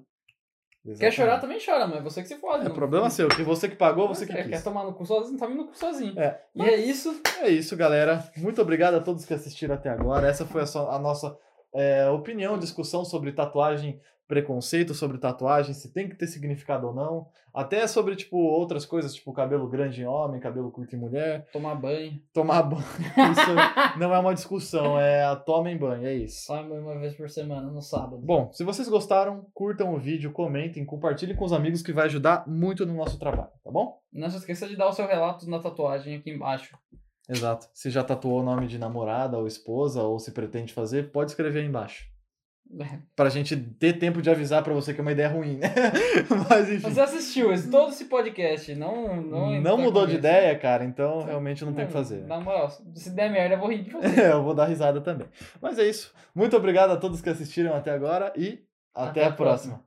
S1: Quer
S2: exatamente.
S1: chorar também chora, mas você que se fode.
S2: É
S1: não-
S2: problema seu. Que você que pagou, você que
S1: quer,
S2: quis.
S1: quer tomar no cu sozinho, toma no cu sozinho.
S2: É.
S1: E é isso.
S2: É isso, galera. Muito obrigado a todos que assistiram até agora. Essa foi a, só- a nossa é, opinião, discussão sobre tatuagem preconceito sobre tatuagem, se tem que ter significado ou não. Até sobre, tipo, outras coisas, tipo cabelo grande em homem, cabelo curto em mulher.
S1: Tomar banho.
S2: Tomar banho. (laughs) Isso não é uma discussão, é a tomem banho, é isso.
S1: Só uma vez por semana, no sábado.
S2: Bom, se vocês gostaram, curtam o vídeo, comentem, compartilhem com os amigos que vai ajudar muito no nosso trabalho, tá bom?
S1: Não se esqueça de dar o seu relato na tatuagem aqui embaixo. (laughs)
S2: Exato. Se já tatuou o nome de namorada ou esposa ou se pretende fazer, pode escrever aí embaixo. Pra gente ter tempo de avisar pra você que é uma ideia ruim, né? (laughs) Mas é tá enfim.
S1: Você assistiu esse- todo esse podcast, não... Não,
S2: Não, mudou
S1: conversa.
S2: de ideia, cara, então realmente não tem o que fazer.
S1: Na moral, se der merda, eu vou rir de você.
S2: É, (laughs) eu vou dar risada também. Mas é isso. Muito obrigado a todos que assistiram até agora e até, a próxima.